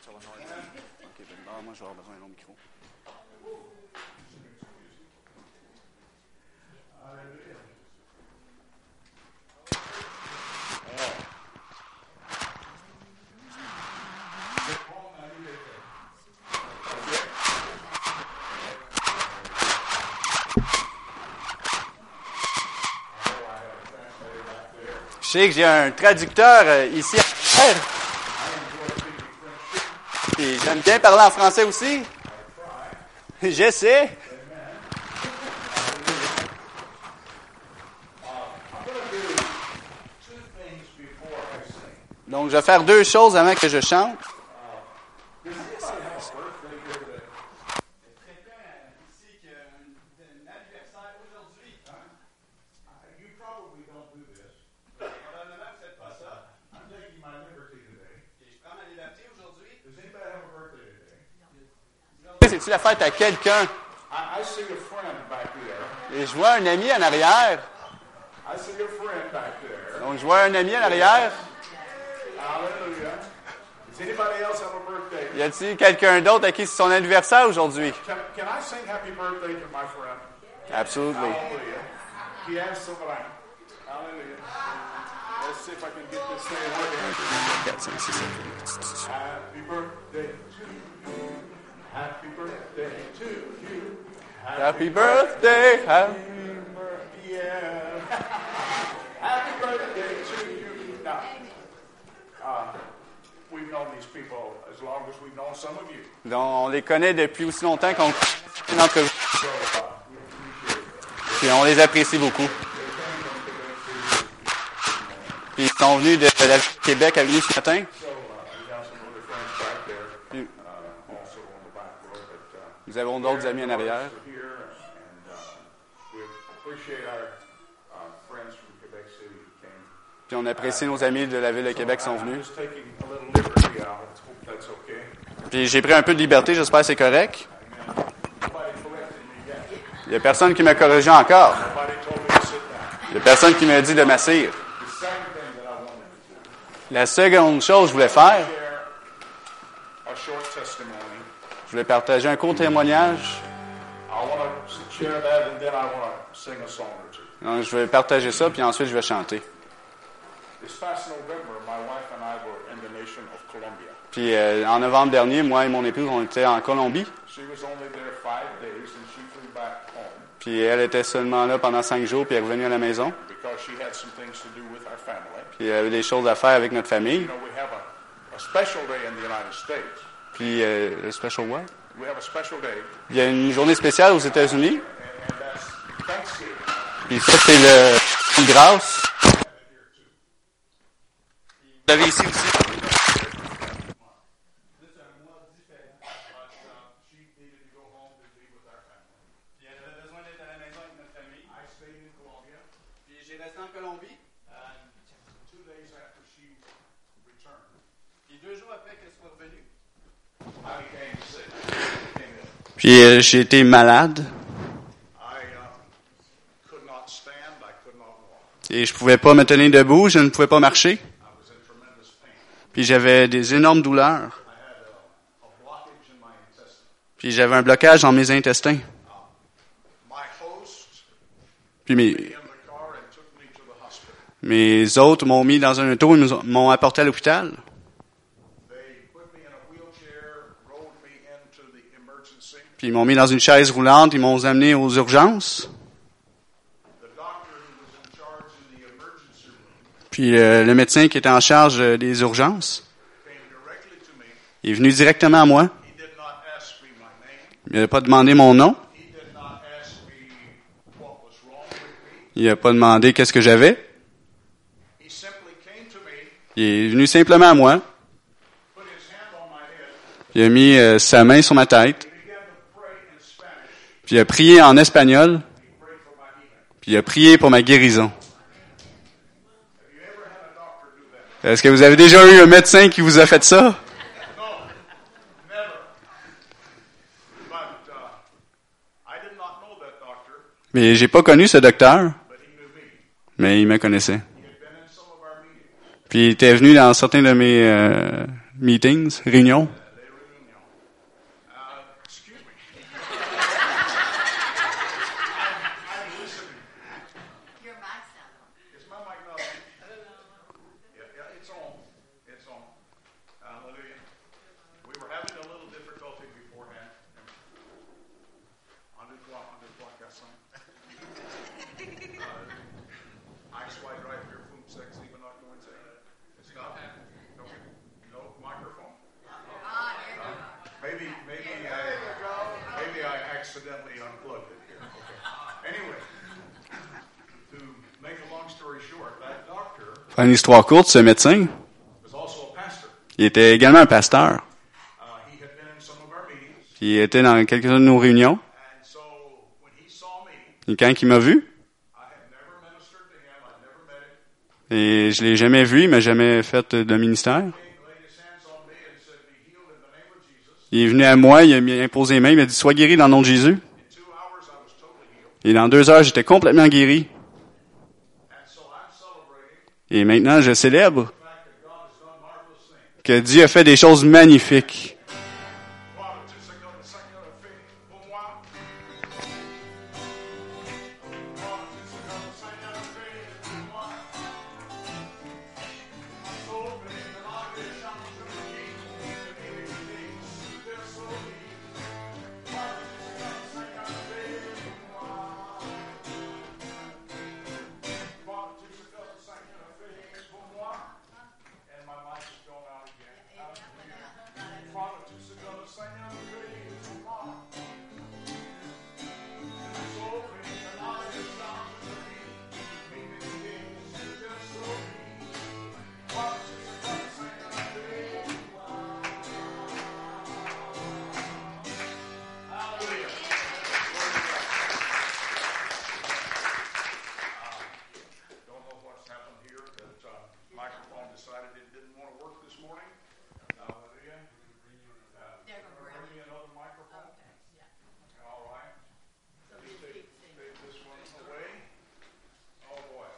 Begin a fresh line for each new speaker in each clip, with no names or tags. ça va changer. Ok, ben là, moi, je vais avoir besoin d'un long micro. Je sais que j'ai un traducteur euh, ici à faire. Puis j'aime bien parler en français aussi. J'essaie. Donc, je vais faire deux choses avant que je chante. C'est-tu la fête à quelqu'un?
I, I see a friend back there.
Et je vois un ami en arrière.
I see a friend back there.
Donc, je vois un ami en arrière.
Hallelujah. Does anybody else have a birthday?
Y a-t-il quelqu'un d'autre à qui c'est son anniversaire aujourd'hui?
Can, can I sing happy birthday to my friend?
Absolument.
Hallelujah. He has some line. Hallelujah. Let's see if I can get this thing working. Happy birthday to you. Happy birthday to you.
Happy birthday. hein. happy-
birthday. Yeah. Happy birthday to you. Now, uh, we've known these people as long as we've known some of you.
Donc, on les connaît depuis aussi longtemps qu'on connaît entre vous.
So uh, we appreciate it.
Puis on les apprécie beaucoup. Puis ils sont venus de, de la- Québec à venir ce matin.
So uh, we got some other friends back there,
You-
uh, also on the back row, but. Uh,
Nous avons d'autres amis en arrière.
We're Here, and uh, we appreciate our uh, friends from Quebec City who came.
Puis on apprécie nos amis de la ville de Québec qui sont
So, I'm
venus.
just taking a little liberty. I hope that's okay.
Puis j'ai pris un peu de liberté, j'espère que c'est correct.
Nobody corrected me yet.
Il n'y a personne qui m'a corrigé encore.
Nobody told me to sit down.
Il n'y a personne qui m'a dit de m'assire.
The second thing that I wanted to do,
La seconde chose que je voulais faire,
share a short testimony.
je voulais partager un court témoignage.
I want to share that, and then I want to sing a song or two.
Donc, je vais partager ça, puis ensuite je vais chanter.
This past November, my wife and I were in the nation of Colombia.
Puis euh, en novembre dernier, moi et mon épouse, on était en Colombie.
She was only there five days, and she flew back home.
Puis elle était seulement là pendant cinq jours, puis elle est revenue à la maison.
because she had some things to do with our family.
Puis il y avait des choses à faire avec notre famille.
You know, we have a, a special day in the United States.
Puis euh, le special what?
We have a special day,
Il y a une journée spéciale aux États-Unis.
and, and that's Thanksgiving.
Puis ça, c'est le temps de grâce. Vous l'avez ici aussi.
This a mois différent, but uh, she needed to go home to be with our family.
Puis elle avait besoin d'être à la maison avec notre famille.
I stayed in Colombia,
Puis j'ai resté en Colombie.
and two days after she returned,
Puis deux jours après qu'elle soit revenue.
I became sick. I became ill.
Puis euh, j'ai été malade
I uh, could not stand. I could not walk.
et je pouvais pas me tenir debout, je ne pouvais pas
I
marcher.
was in tremendous pain.
Puis j'avais des énormes douleurs.
I had a, a blockage in my intestine.
Puis j'avais un blocage dans mes intestins.
My host
Puis
me
mes,
in the car and took me to the hospital.
mes autres m'ont mis dans un auto et nous ont- m'ont apporté à l'hôpital.
They put me in a wheelchair, rolled me into the emergency.
Puis ils m'ont mis dans une chaise roulante, ils m'ont amené aux urgences.
The doctor who was in charge in the emergency room
Puis euh, le médecin qui était en charge euh, des urgences
came directly to me.
il est venu directement à moi.
He did not ask me my name.
Il n'a pas demandé mon nom.
He did not ask me what was wrong with me.
Il n'a pas demandé qu'est-ce que j'avais.
He simply came to me,
Il est venu simplement à moi.
put his hand on my head,
Il a mis euh, sa main sur ma tête.
he began to pray in Spanish.
Puis il a prié en espagnol.
He prayed for my healing.
Puis il a prié pour ma guérison.
Have you ever had a doctor do that?
Est-ce que vous avez déjà eu un médecin qui vous a fait ça?
No, never. But uh, I did not know that doctor,
Mais j'ai pas connu ce docteur,
but he knew me.
mais il me connaissait.
He had been in some of our meetings.
Puis il était venu dans certains de mes euh, meetings, réunions.
Uh, They Uh, Uh, Uh,
Pour une histoire courte, ce médecin,
was also a pastor.
il était également un
Uh,
pasteur.
he had been in some of our meetings,
Puis il était dans quelques-unes de nos réunions.
and so when he saw me,
Et quand il m'a
I
vu,
had never ministered to him, I'd never met him,
et je l'ai jamais vu, il m'a jamais fait de ministère.
came and laid his hands on me and said, Be healed in the name of Jesus.
Il est venu à moi, il m'a imposé les mains, il m'a dit Sois guéri dans le nom de Jésus.
In two hours, I was totally healed.
Et dans deux heures, j'étais complètement guéri.
And so I'm celebrating
Et maintenant, je célèbre
the fact that God has done marvelous things.
que Dieu a fait des choses magnifiques.
Wow, two seconds, second, fifth, boom, wow. Wow, two seconds, second, fifth, boom, wow. So many democratic opportunities to be redeemed. They're so deep. Wow, two seconds, second, fifth, boom, wow. Wow, two seconds, second, fifth, boom, wow. And my mic is going out again. Hallelujah. Father, to secure the sign of the grace of God. So bring the knowledge of God to me. Make me begin to see the story. Father, to secure the sign of the grace of God. Hallelujah. Uh, Don't know what's happened here, but uh, microphone decided it didn't want to work this morning. Hallelujah. Uh,
They're gonna bring
Bring me another microphone.
Okay, yeah.
All right. Just take, take this one away. Oh, boy,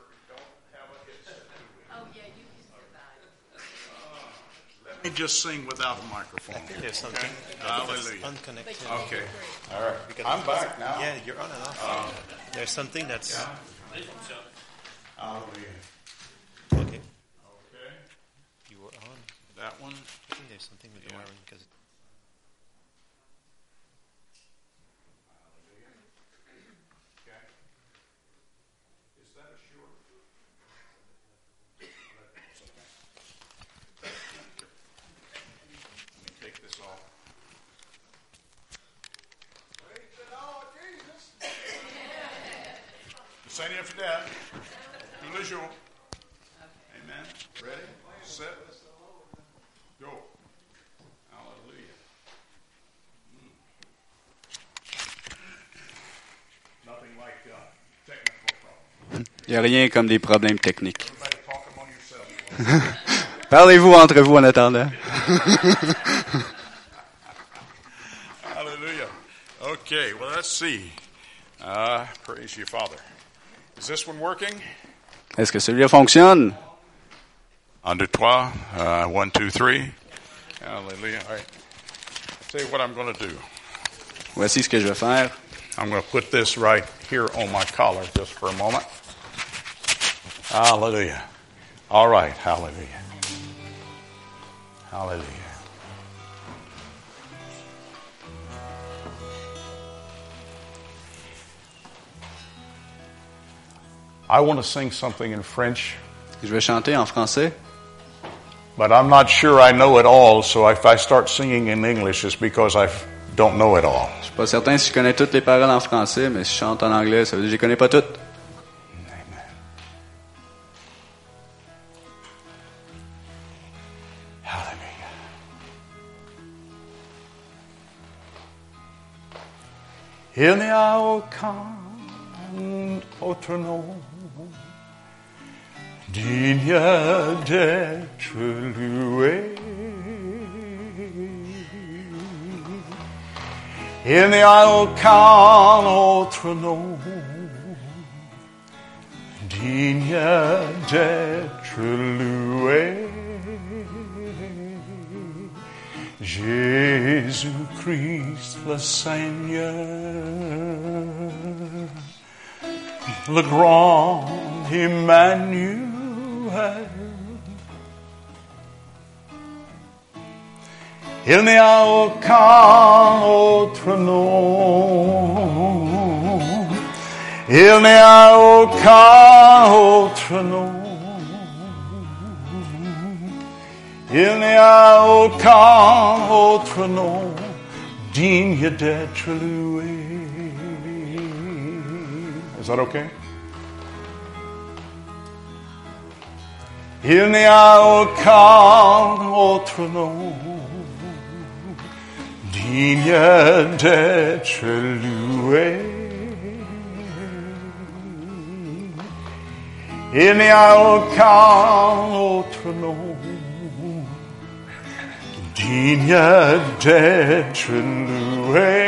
we don't have a headset, do we?
Oh, yeah, you can sit by.
Let me just sing without a microphone.
There's something
Hallelujah.
But
unconnected.
you did
Okay.
great.
All right.
Because-
I'm back now.
Yeah, you're on and off. There's something that's
Uh, Hallelujah.
okay.
Okay,
You were on.
that one.
I think there's something with the
Yeah.
wiring because
Okay. Is that a sure? It's okay. Let me take this off. Praise the Lord Jesus. Just ain't it for that. Do as you want. Amen. Ready, set, go. Hallelujah. Hmm. Nothing like uh, technical problems.
Il n'y a rien comme des problèmes techniques.
Everybody talk among yourselves.
Parlez-vous entre vous en attendant.
Hallelujah. Okay, well, let's see. Uh, praise you, Father. Is this one working?
Est-ce que celui-là fonctionne?
Under trois, uh, one, two, three. Hallelujah. All right. Tell you what I'm going to do.
Voici ce que je vais faire.
I'm going to put this right here on my collar just for a moment. Hallelujah. All right. Hallelujah. Hallelujah. I want to sing something in French,
Je vais chanter en français,
but I'm not sure I know it all, so if I start singing in English, it's because I don't know it all.
Je suis pas certain si je connais toutes les paroles en français, mais si je chante en anglais, ça veut dire que je les connais pas toutes.
Hallelujah. Il n'y a aucun autre nom digne d'être loué. Il n'y a aucun autre nom digne d'être loué. Jésus-Christ le Seigneur, le grand Emmanuel. Il n'y a aucun autre nom. Il n'y a aucun autre nom. Il n'y a aucun autre nom digne d'être loué. Is that okay? Il n'y a aucun autre nom digne d'être loué. Il n'y a aucun autre nom digne d'être loué.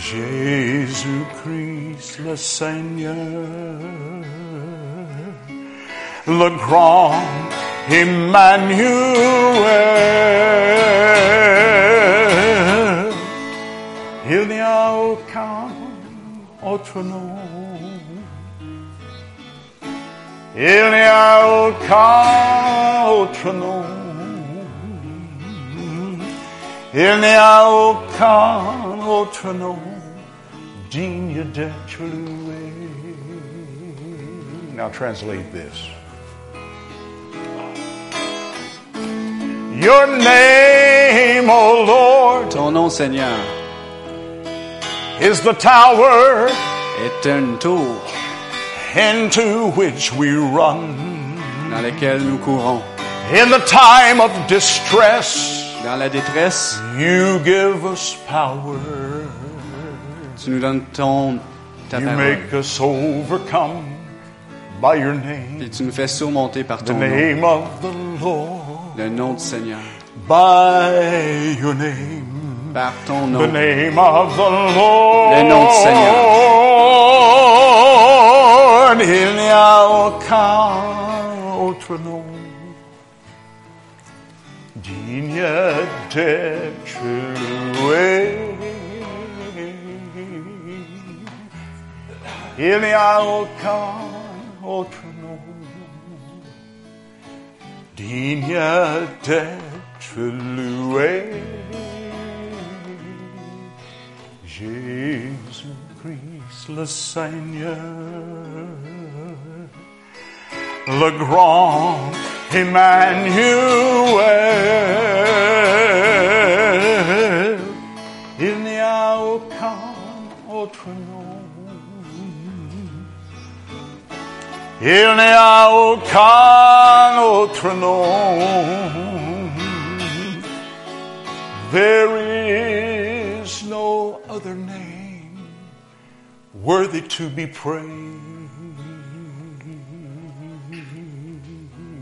Jésus-Christ le Seigneur le grand Emmanuel. Il n'y a aucun autre nom. Il n'y a aucun autre nom. Il n'y a aucun autre nom digne d'être loué. Now translate this. Your name, O Lord,
Ton nom, Seigneur,
is the tower
est une tour
into which we run
dans laquelle nous courons.
in the time of distress.
Dans la détresse,
You give us power.
tu nous donnes ton, ta
You
parole.
make us overcome by your name.
Et tu nous fais surmonter par
The
ton nom,
name of the Lord,
le nom du Seigneur.
by your name.
Par ton
The
nom,
name of the Lord.
Le nom du
Il n'y a aucun autre nom digne d'être loué. Il n'y a aucun autre nom digne d'être loué. Jésus-Christ le Seigneur, le grand Emmanuel. Il n'y a aucun autre nom. Il n'y a aucun autre nom. There is no other name worthy to be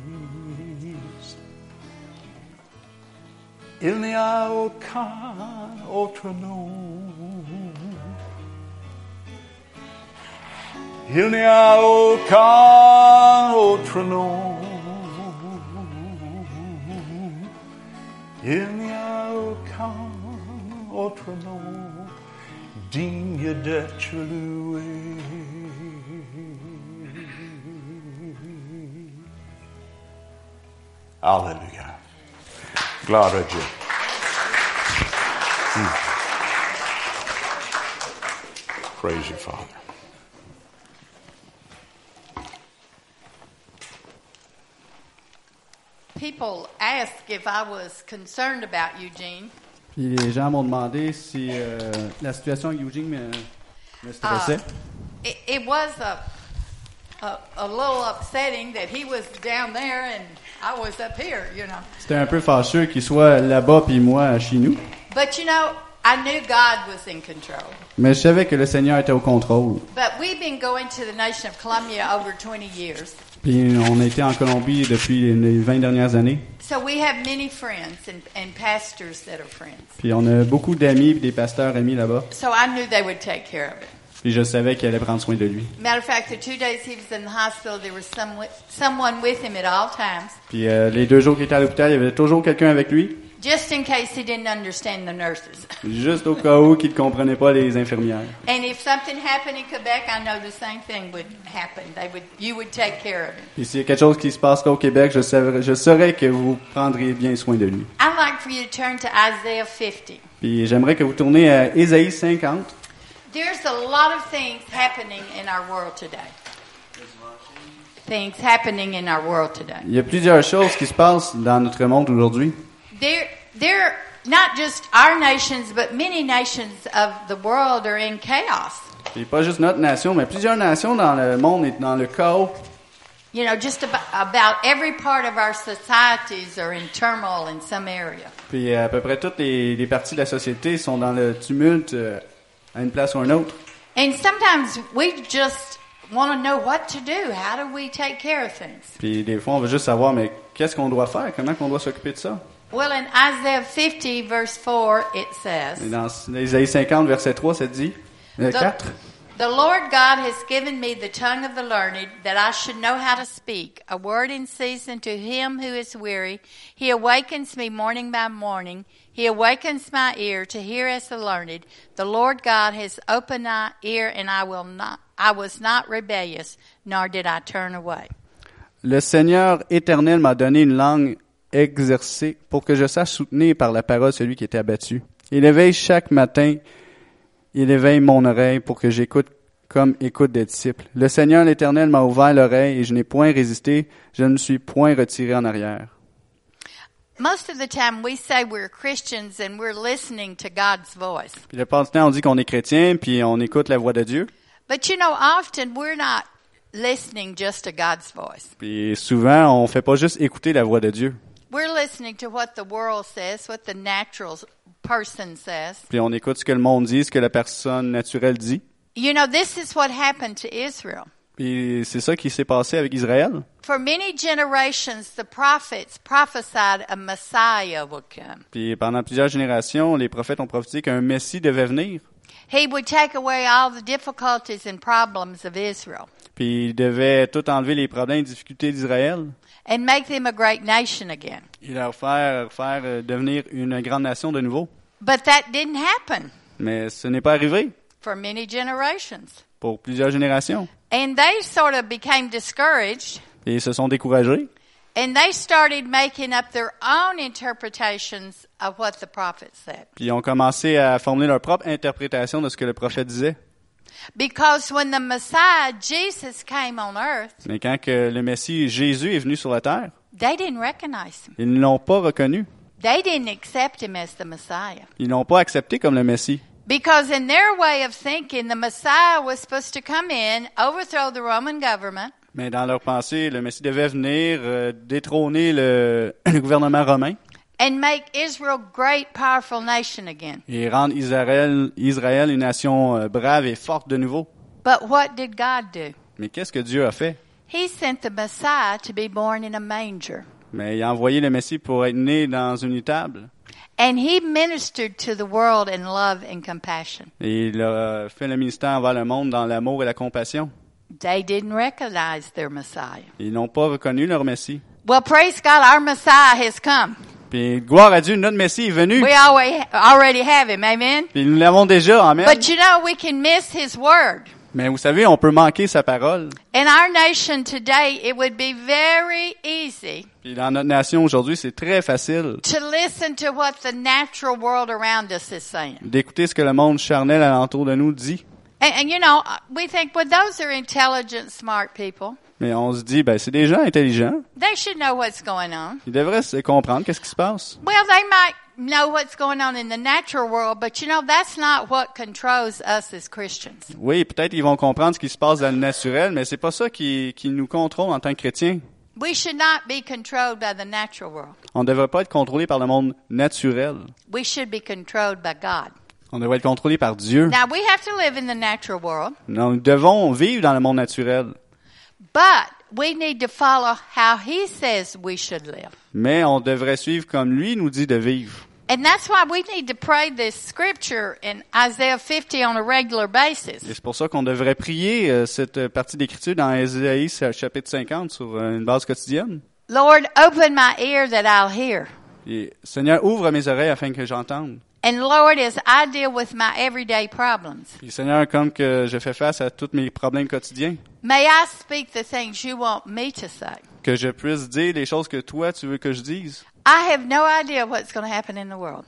praised. Il n'y a aucun autre nom. Il n'y a aucun autre nom. Il n'y a aucun autre nom digne d'être loué. Alléluia. Gloire à Dieu. Mm. Praise you, Father.
People ask if I was concerned about Eugene.
Puis les gens m'ont demandé si euh, la situation avec Eugene me, me stressait.
It, it was a, a a little upsetting that he was down there and I was up here, you know.
C'était un peu fâcheux qu'il soit là-bas puis moi chez nous.
But you know, I knew God was in control.
Mais je savais que le Seigneur était au contrôle.
But we've been going to the nation of Colombia over 20 years,
Puis on était en Colombie depuis les 20 dernières années.
so we have many friends and, and pastors that are friends.
Puis on a beaucoup d'amis puis des pasteurs amis là-bas.
So I knew they would take care of it.
Puis je savais qu'il allait prendre soin de lui.
Matter of fact, the two days he was in the hospital, there was some, someone with him at all times,
Puis euh, les deux jours qu'il était à l'hôpital, il y avait toujours quelqu'un avec lui,
just in case he didn't understand the nurses.
juste au cas où qu'il ne comprenait pas les infirmières.
And if something happened in Quebec, I know the same thing would happen. They would, you would take care of him.
Puis s'il y a quelque chose qui se passerait au Québec, je saurais, je saurais que vous prendriez bien soin de lui.
I'd like for you to turn to Isaiah 50.
Puis j'aimerais que vous tourniez à Ésaïe 50.
There's a lot of things happening in our world today. Things happening in our world today.
Il y a plusieurs choses qui se passent dans notre monde aujourd'hui.
There, there, not just our nations, but many nations of the world are in chaos.
Et pas juste notre nation, mais plusieurs nations dans le monde et dans le chaos.
You know, just about, about every part of our societies are in turmoil in some area.
Puis euh, à peu près toutes les, les parties de la société sont dans le tumulte euh, à une place ou à une autre.
And sometimes we just want to know what to do. How do we take care of things?
Puis des fois, on veut juste savoir, mais qu'est-ce qu'on doit faire? Comment qu'on doit s'occuper de ça?
Well, in Isaiah 50, verse 4, it says,
Et dans Isaïe 50, verset 3, ça dit, euh,
the,
4,
the Lord God has given me the tongue of the learned, that I should know how to speak a word in season to him who is weary. He awakens me morning by morning. He awakens my ear to hear as the learned. The Lord God has opened my ear, and I will not. I was not rebellious, nor did I turn away.
Le Seigneur éternel m'a donné une langue exercée pour que je sache soutenir par la parole celui qui était abattu. Il éveille chaque matin, il éveille mon oreille pour que j'écoute comme écoute des disciples. Le Seigneur l'éternel m'a ouvert l'oreille et je n'ai point résisté, je ne me suis point retiré en arrière.
Most of the time, we say we're Christians and we're listening to God's voice.
Puis la part du temps, on dit qu'on est chrétien, puis on écoute la voix de Dieu.
But you know, often we're not listening just to God's voice.
Puis souvent, on fait pas juste écouter la voix de Dieu.
We're listening to what the world says, what the natural s- person says.
Puis on écoute ce que le monde dit, ce que la personne naturelle dit.
You know, this is what happened to Israel.
Puis c'est ça qui s'est passé avec Israël.
For many generations, the prophets prophesied a Messiah would come.
Puis pendant plusieurs générations, les prophètes ont prophétisé qu'un Messie devait venir.
He would take away all the difficulties and problems of Israel
Puis il devait tout enlever les problèmes et difficultés d'Israël.
and make them a great nation again.
Il leur faire, faire euh, devenir une grande nation de nouveau.
But that didn't happen
Mais ce n'est pas arrivé
for many generations.
pour plusieurs générations.
And they sort of became discouraged
Et ils se sont découragés.
and they started making up their own interpretations of what the prophet said.
Puis ils ont commencé à formuler leur propre interprétation de ce que le prophète disait.
Because when the Messiah, Jesus, came on earth,
Mais quand que le Messie Jésus est venu sur la terre,
they didn't recognize him.
ils ne l'ont pas reconnu.
They didn't accept him as the Messiah.
Ils n'ont pas accepté comme le Messie.
Because in their way of thinking, the Messiah was supposed to come in, overthrow the Roman government,
Mais dans leur pensée, le Messie devait venir euh, détrôner le- le gouvernement romain.
and make Israel great, powerful nation again.
et rendre Israël, Israël une nation euh, brave et forte de nouveau.
But what did God do?
Mais qu'est-ce que Dieu a fait?
He sent the Messiah to be born in a manger.
Mais il a envoyé le Messie pour être né dans une table.
And he ministered to the world in love and compassion.
Et il a fait le ministère envers le monde dans l'amour et la compassion.
They didn't recognize their Messiah.
Ils n'ont pas reconnu leur Messie.
Well, praise God, our Messiah has come.
Puis gloire à Dieu, notre Messie est venu.
We always, already have him, amen?
Puis nous l'avons déjà, amen.
But you know, we can miss his word.
Mais vous savez, on peut manquer sa parole.
In our nation today, it would be very easy
Puis dans notre nation aujourd'hui, c'est très facile
to listen to what the natural world around us is saying.
d'écouter ce que le monde charnel alentour de nous dit.
And, and you know, we think, well, those are intelligent, smart people.
Mais on se dit, ben c'est des gens intelligents.
They should know what's going on.
Ils devraient se comprendre qu'est-ce qui se passe.
Well, they might know what's going on in the natural world, but you know, that's not what controls us as Christians.
Oui, peut-être ils vont comprendre ce qui se passe dans le naturel, mais c'est pas ça qui, qui nous contrôle en tant que chrétiens.
We should not be controlled by the natural world.
On ne devrait pas être contrôlé par le monde naturel.
We should be controlled by God.
On devrait être contrôlé par Dieu.
Now, we have to live in the natural world,
Non, nous devons vivre dans le monde naturel,
but we need to follow how He says we should live.
mais on devrait suivre comme lui nous dit de vivre.
And that's why we need to pray this scripture in Isaiah 50 on a regular
Et
basis.
c'est pour ça qu'on devrait prier euh, cette euh, partie d'écriture dans Ésaïe euh, chapitre 50 sur euh, une base quotidienne.
Lord, open my ear that I'll hear.
Et, Seigneur, ouvre mes oreilles afin que j'entende.
And Lord, as I deal with my everyday problems,
Puis, Seigneur, comme que je fais face à tous mes problèmes quotidiens,
may I speak the things you want me to say.
que je puisse dire les choses que toi tu veux que je dise.
I have no idea what's going to happen in the world,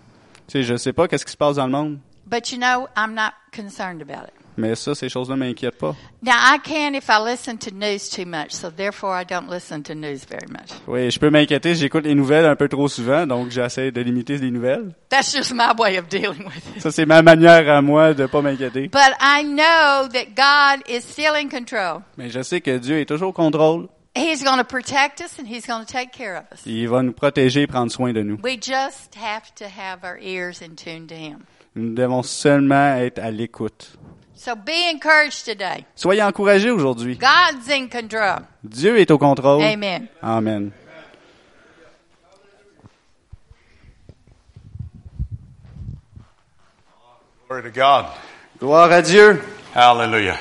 Tu sais, je sais pas qu'est-ce qui se passe dans le monde,
but you know, I'm not concerned about it.
mais ça, ces choses-là m'inquiètent pas.
Now, I can if I listen to news too much, so therefore I don't listen to news very much.
Oui, je peux m'inquiéter, j'écoute les nouvelles un peu trop souvent, donc j'essaie de limiter les nouvelles.
That's just my way of dealing with it.
Ça, c'est ma manière à moi de pas m'inquiéter.
But I know that God is still in control
Mais je sais que Dieu est toujours au contrôle
He's going to protect us and he's going to take care of us.
Il va nous protéger et prendre soin de nous.
We just have to have our ears in tune to him.
Nous devons seulement être à l'écoute.
So be encouraged today.
Soyez encouragés aujourd'hui.
God's in control.
Dieu est au contrôle.
Amen.
Amen.
Glory to God.
Gloire à Dieu.
Hallelujah.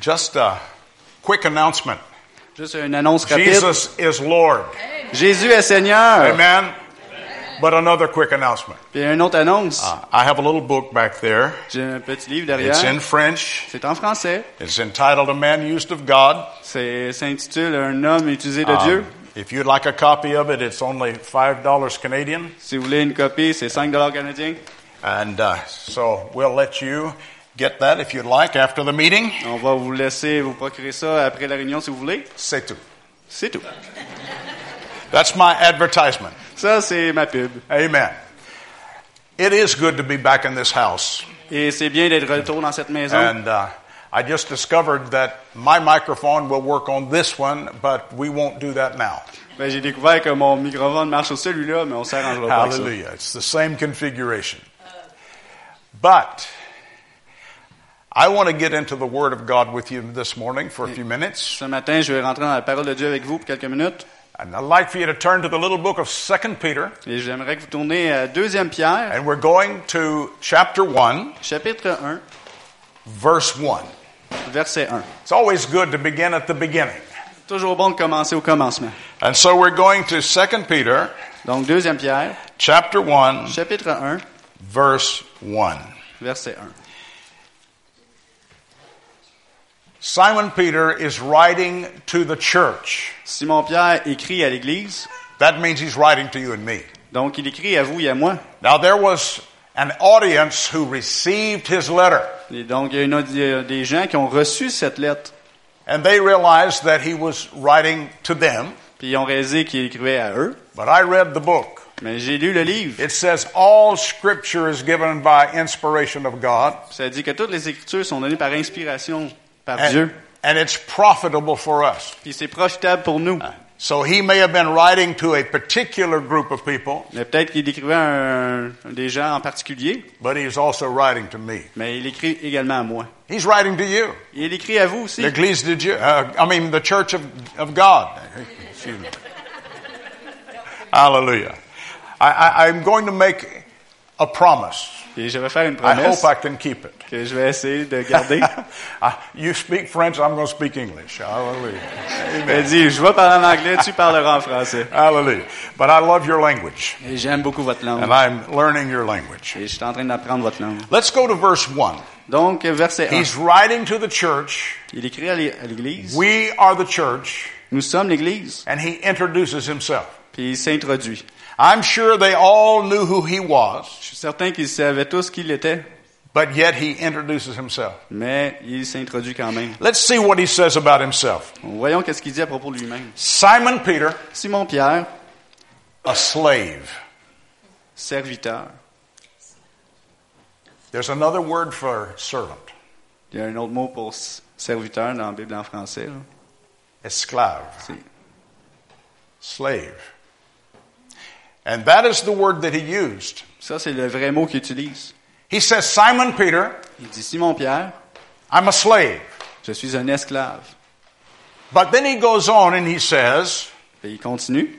Just a quick announcement
Juste une annonce rapide.
Jesus is Lord.
Jésus est Seigneur.
Amen. But another quick announcement.
Puis une autre annonce.
Uh, I have a little book back there.
J'ai un petit livre
It's in
derrière.
French.
C'est en français.
It's entitled A Man Used of God.
C'est s'intitule Un homme utilisé de
Um,
Dieu.
if you'd like a copy of it, it's only $5 Canadian.
Si vous voulez une copie, c'est 5 dollars canadiens.
And uh, so we'll let you get that if you'd like after the meeting.
On va vous laisser vous procurer ça après la réunion si vous voulez.
C'est tout.
C'est tout.
That's my advertisement.
Ça, c'est ma pub.
Amen. It is good to be back in this house.
Et c'est bien d'être de retour dans cette maison.
And uh, I just discovered that my microphone will work on this one, but we won't do that now.
Ben, j'ai découvert que mon micro-ondes marche sur celui-là, mais on s'arrangera pas avec ça.
Hallelujah. It's the same configuration. But I want to get into the Word of God with you this morning for a few minutes.
Ce matin, je vais rentrer dans la parole de Dieu avec vous pour quelques minutes.
And I'd like for you to turn to the little book of 2 Peter.
Et j'aimerais que vous tourniez à 2 Pierre,
And we're going to chapter 1,
chapitre 1,
verse 1.
verset 1.
It's always good to begin at the beginning.
Toujours bon de commencer au commencement.
And so we're going to 2 Peter
Donc 2 Pierre,
chapter 1,
chapitre 1,
verse 1.
verset 1.
Simon Peter is writing to the church.
Simon Pierre écrit à l'Église,
That means he's writing to you and me.
donc il écrit à vous et à moi.
Now there was an audience who received his letter,
Et donc il y a une audi- euh, des gens qui ont reçu cette lettre,
and they realized that he was writing to them.
puis ils ont réalisé qu'il écrivait à eux.
But I read the book.
Mais j'ai lu le livre.
It says all scripture is given by inspiration of God,
Ça dit que toutes les Écritures sont données par inspiration par
and,
Dieu,
and it's profitable for us.
puis c'est profitable pour nous.
So he may have been writing to a particular group of people,
Mais peut-être qu'il écrivait à un- des gens en particulier,
but he's also writing to me.
mais il écrit également à moi.
He's writing to you.
Et il écrit à vous aussi.
L'Église de Dieu, uh, I mean the Church of, of God. Excuse me. Hallelujah. I, I, I'm going to make a promise.
Et je vais faire une
I
promesse
hope I can keep it.
que je vais essayer de garder.
I- you speak French, I'm going to speak English. Hallelujah.
Elle dit, je vais parler en anglais, tu parleras en français.
Hallelujah. But I love your language,
Et j'aime beaucoup votre langue.
and I'm learning your language.
Et je suis en train d'apprendre votre langue.
Let's go to verse 1.
Donc, verset 1.
He's writing to the church.
Il écrit à l'é- à l'Église.
We are the church,
Nous sommes l'Église.
and he introduces himself.
Puis il s'introduit.
I'm sure they all knew who he was,
Je suis certain qu'ils savaient tous qui il était,
but yet he introduces himself.
mais il s'introduit quand même.
Let's see what he says about himself.
Voyons qu'est-ce qu'il dit à propos de lui-même.
Simon Peter,
Simon Pierre,
a slave.
serviteur.
There's another word for servant,
Il y a un autre mot pour s- serviteur dans la Bible en français. là.
esclave,
C'est-
slave. And that is the word that he used.
Ça, c'est le vrai mot qu'il utilise.
He says, Simon Peter,
Il dit Simon Pierre,
I'm a slave.
je suis un esclave.
But then he goes on and he says,
Puis il continue.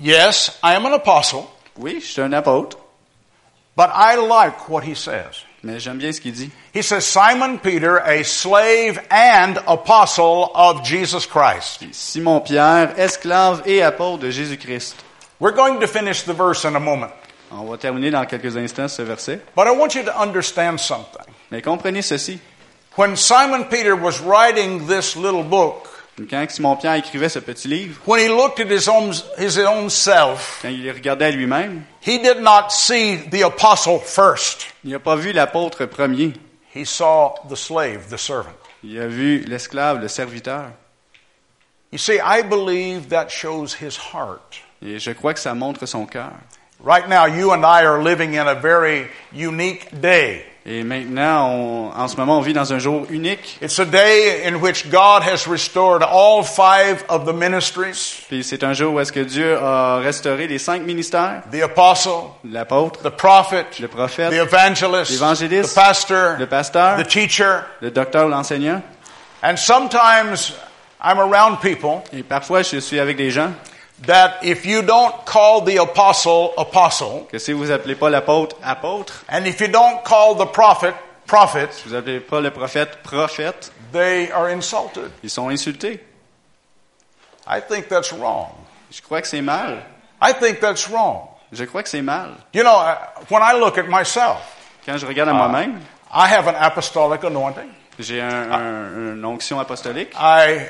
Yes, I am an apostle,
Oui, je suis un apôtre,
but I like what he says.
mais j'aime bien ce qu'il dit.
He says, Simon Peter, a slave and apostle of Jesus Christ.
Simon Pierre, esclave et apôtre de Jésus-Christ.
We're going to finish the verse in a moment,
On va terminer dans quelques instants ce verset.
but I want you to understand something.
Mais comprenez ceci.
When Simon Peter was writing this little book,
Quand Simon Pierre écrivait ce petit livre,
when he looked at his own, his own self,
quand il regardait à lui-même,
he did not see the apostle first.
il n'a pas vu l'apôtre premier.
He saw the slave, the servant.
Il a vu l'esclave, le serviteur.
You see, I believe that shows his heart.
Et je crois que ça montre son cœur.
Right now, you and I are living in a very unique day.
Et maintenant, on- en ce moment, on vit dans un jour unique.
It's a day in which God has restored all five of the ministries
Puis c'est un jour où est-ce que Dieu a restauré les cinq ministères,
the apostle,
l'apôtre,
the prophet,
le prophète,
the evangelist,
L'évangéliste,
the pastor,
le pasteur,
the teacher.
le docteur ou l'enseignant.
And sometimes I'm around people
Et parfois, je suis avec des gens
that if you don't call the apostle apostle,
que si vous appelez pas l'apôtre apôtre,
and if you don't call the prophet prophet,
si vous appelez pas le prophète prophète,
they are insulted.
ils sont insultés.
I think that's wrong.
Je crois que c'est mal.
I think that's wrong.
Je crois que c'est mal.
You know, uh, when I look at myself,
Quand je regarde à moi-même,
I have an apostolic anointing.
j'ai un, un- une onction apostolique
I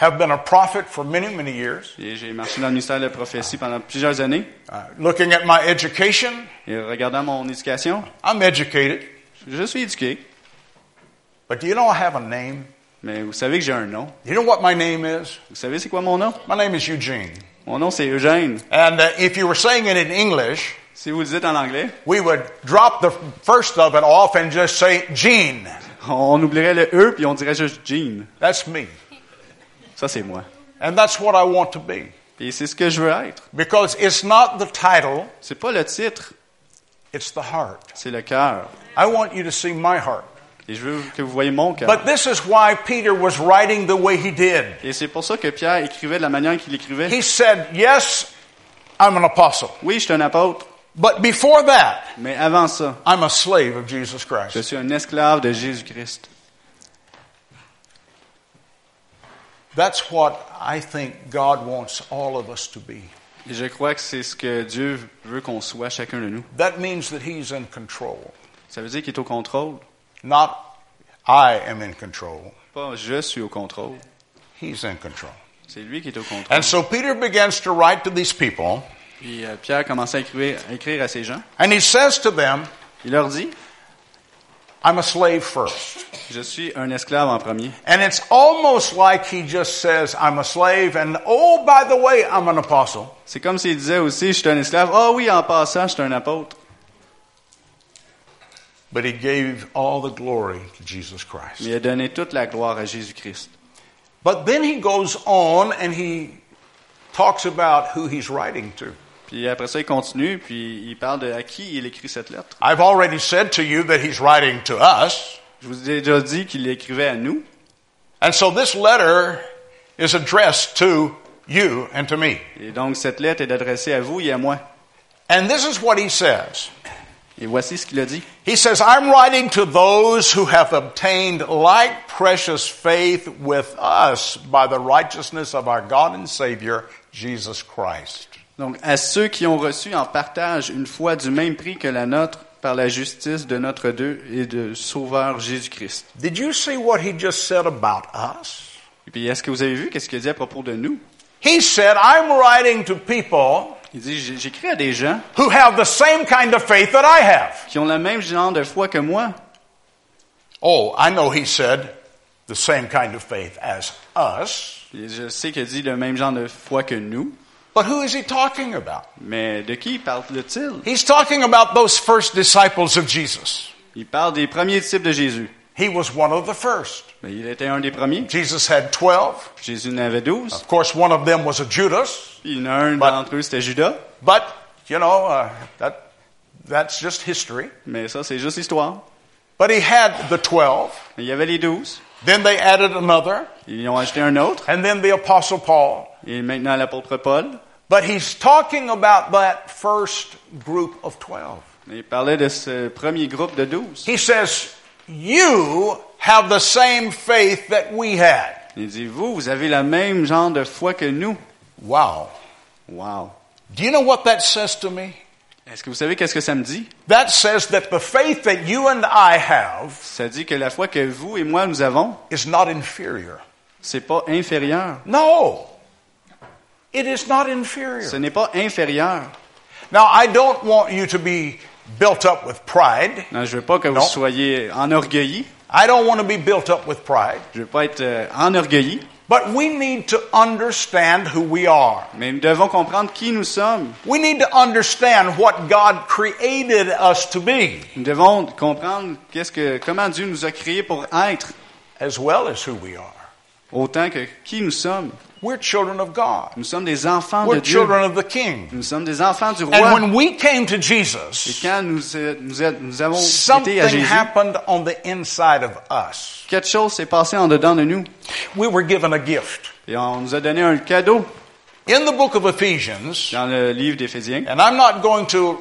have been a prophet for many, many years.
et j'ai marché dans le ministère de la prophétie pendant plusieurs années.
Uh, looking at my education,
Et regardant mon éducation,
I'm educated.
je suis éduqué.
But do you know I have a name?
Mais vous savez que j'ai un nom.
You know what my name is?
Vous savez c'est quoi mon nom?
My name is Eugene.
Mon nom c'est Eugène.
And uh, if you were saying it in English,
Si vous le dites en anglais,
we would drop the first of it off and just say Gene.
on oublierait le E puis on dirait juste Jean.
That's me.
Ça c'est moi.
And that's what I want to be.
Et c'est ce que je veux être.
Because it's not the title,
C'est pas le titre,
it's the heart.
c'est le cœur.
I want you to see my heart.
Et je veux que vous voyez mon cœur.
But this is why Peter was writing the way he did.
Et c'est pour ça que Pierre écrivait de la manière qu'il écrivait.
He said, Yes, I'm an apostle.
Oui, je suis un apôtre,
But before that,
mais avant ça,
I'm a slave of Jesus
je
Christ.
suis un esclave de Jésus-Christ.
That's what I think God wants all of us to be.
Et je crois que c'est ce que Dieu veut qu'on soit chacun de nous.
That means that He's in control.
Ça veut dire qu'il est au contrôle.
Not I am in control,
Pas je suis au contrôle.
He's in control.
C'est lui qui est au contrôle.
And so Peter begins to write to these people,
Puis euh, Pierre commençait à écrire, à écrire à ces gens.
and he says to them,
Il leur dit,
I'm a slave first.
je suis un esclave en premier.
And it's almost like he just says, I'm a slave, and oh, by the way, I'm an apostle.
C'est comme s'il disait aussi, je suis un esclave. Ah oui, en passant, je suis un apôtre.
But he gave all the glory to Jesus Christ.
Mais il a donné toute la gloire à Jésus-Christ.
But then he goes on and he talks about who he's writing to.
Puis après ça, il continue, puis il parle de à qui il écrit cette lettre.
I've already said to you that he's writing to us.
Je vous ai déjà dit qu'il écrivait à nous.
And so this letter is addressed to you and to me.
Et donc, cette lettre est adressée à vous et à moi.
And this is what he says.
Et voici ce qu'il a dit.
He says, I'm writing to those who have obtained like precious faith with us by the righteousness of our God and Savior, Jesus Christ.
Donc, à ceux qui ont reçu en partage une foi du même prix que la nôtre par la justice de notre Dieu et de Sauveur Jésus-Christ.
Did you see what he just said about us?
Et puis, est-ce que vous avez vu qu'est-ce qu'il a dit à propos de nous?
He said, I'm writing to people
Il dit, J- j'écris à des gens
who have the same kind of faith that I have.
qui ont le même genre de foi que moi.
Oh, I know he said the same kind of faith as us,
Et je sais qu'il dit le même genre de foi que nous.
but who is he talking about?
Mais de qui parle-t-il?
He's talking about those first disciples of Jesus.
Il parle des premiers disciples de Jésus.
He was one of the first.
Mais il était un des premiers.
Jesus had 12.
Jésus en avait douze.
Of course, one of them was a Judas,
Il y en a un d'entre eux, c'était Judas.
but you know, uh, that that's just history.
Mais ça, c'est juste histoire.
But he had the 12.
Il y avait les douze.
Then they added another,
Ils ont acheté un autre.
and then the apostle Paul.
Et maintenant, l'apôtre Paul.
But he's talking about that first group of 12.
Il parlait de ce premier groupe de douze.
He says, You have the same faith that we had.
Il dit, vous, vous avez le même genre de foi que nous.
Wow.
Wow.
Do you know what that says to me?
Est-ce que vous savez qu'est-ce que ça me dit?
That says that the faith that you and I have
Ça dit que la foi que vous et moi nous avons,
is not inferior.
c'est pas inférieur.
No. It is not
Ce
inferior.
n'est pas inférieur.
Now, I don't want you to be built up with pride.
Non, je veux pas que vous
Non.
soyez enorgueillis.
I don't want to be built up with pride.
Je veux pas être euh, enorgueilli.
But we need to understand who we are.
Mais nous devons comprendre qui nous sommes.
We need to understand what God created us to be,
Nous devons comprendre qu'est-ce que, comment Dieu nous a créés pour être,
as well as who we are.
autant que qui nous sommes.
We're children of God.
Nous sommes des enfants de
We're
Dieu.
children of the King.
Nous sommes des enfants du
And
roi.
when we came to
Et
Jesus,
quand nous, euh, nous, êtes- nous avons
something
été à Jésus,
happened on the inside of us.
quelque chose s'est passé en dedans de nous.
We were given a gift.
Et on nous a donné un cadeau
In the book of Ephesians,
dans le livre d'Éphésiens.
and I'm not going to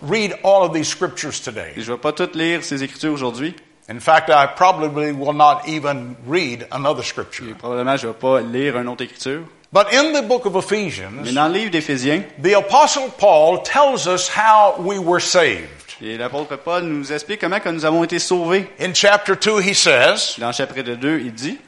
read all of these scriptures
Et
today.
je ne vais pas toutes lire ces écritures aujourd'hui.
In fact, I probably will not even read another
Et
scripture.
probablement, je ne vais pas lire une autre écriture.
But in the book of
Mais
Ephesians,
dans le livre d'Éphésiens,
the apostle Paul tells us how we were saved.
et l'apôtre Paul nous explique comment que nous avons été sauvés.
In chapter 2, he says,
Dans le chapitre 2, il dit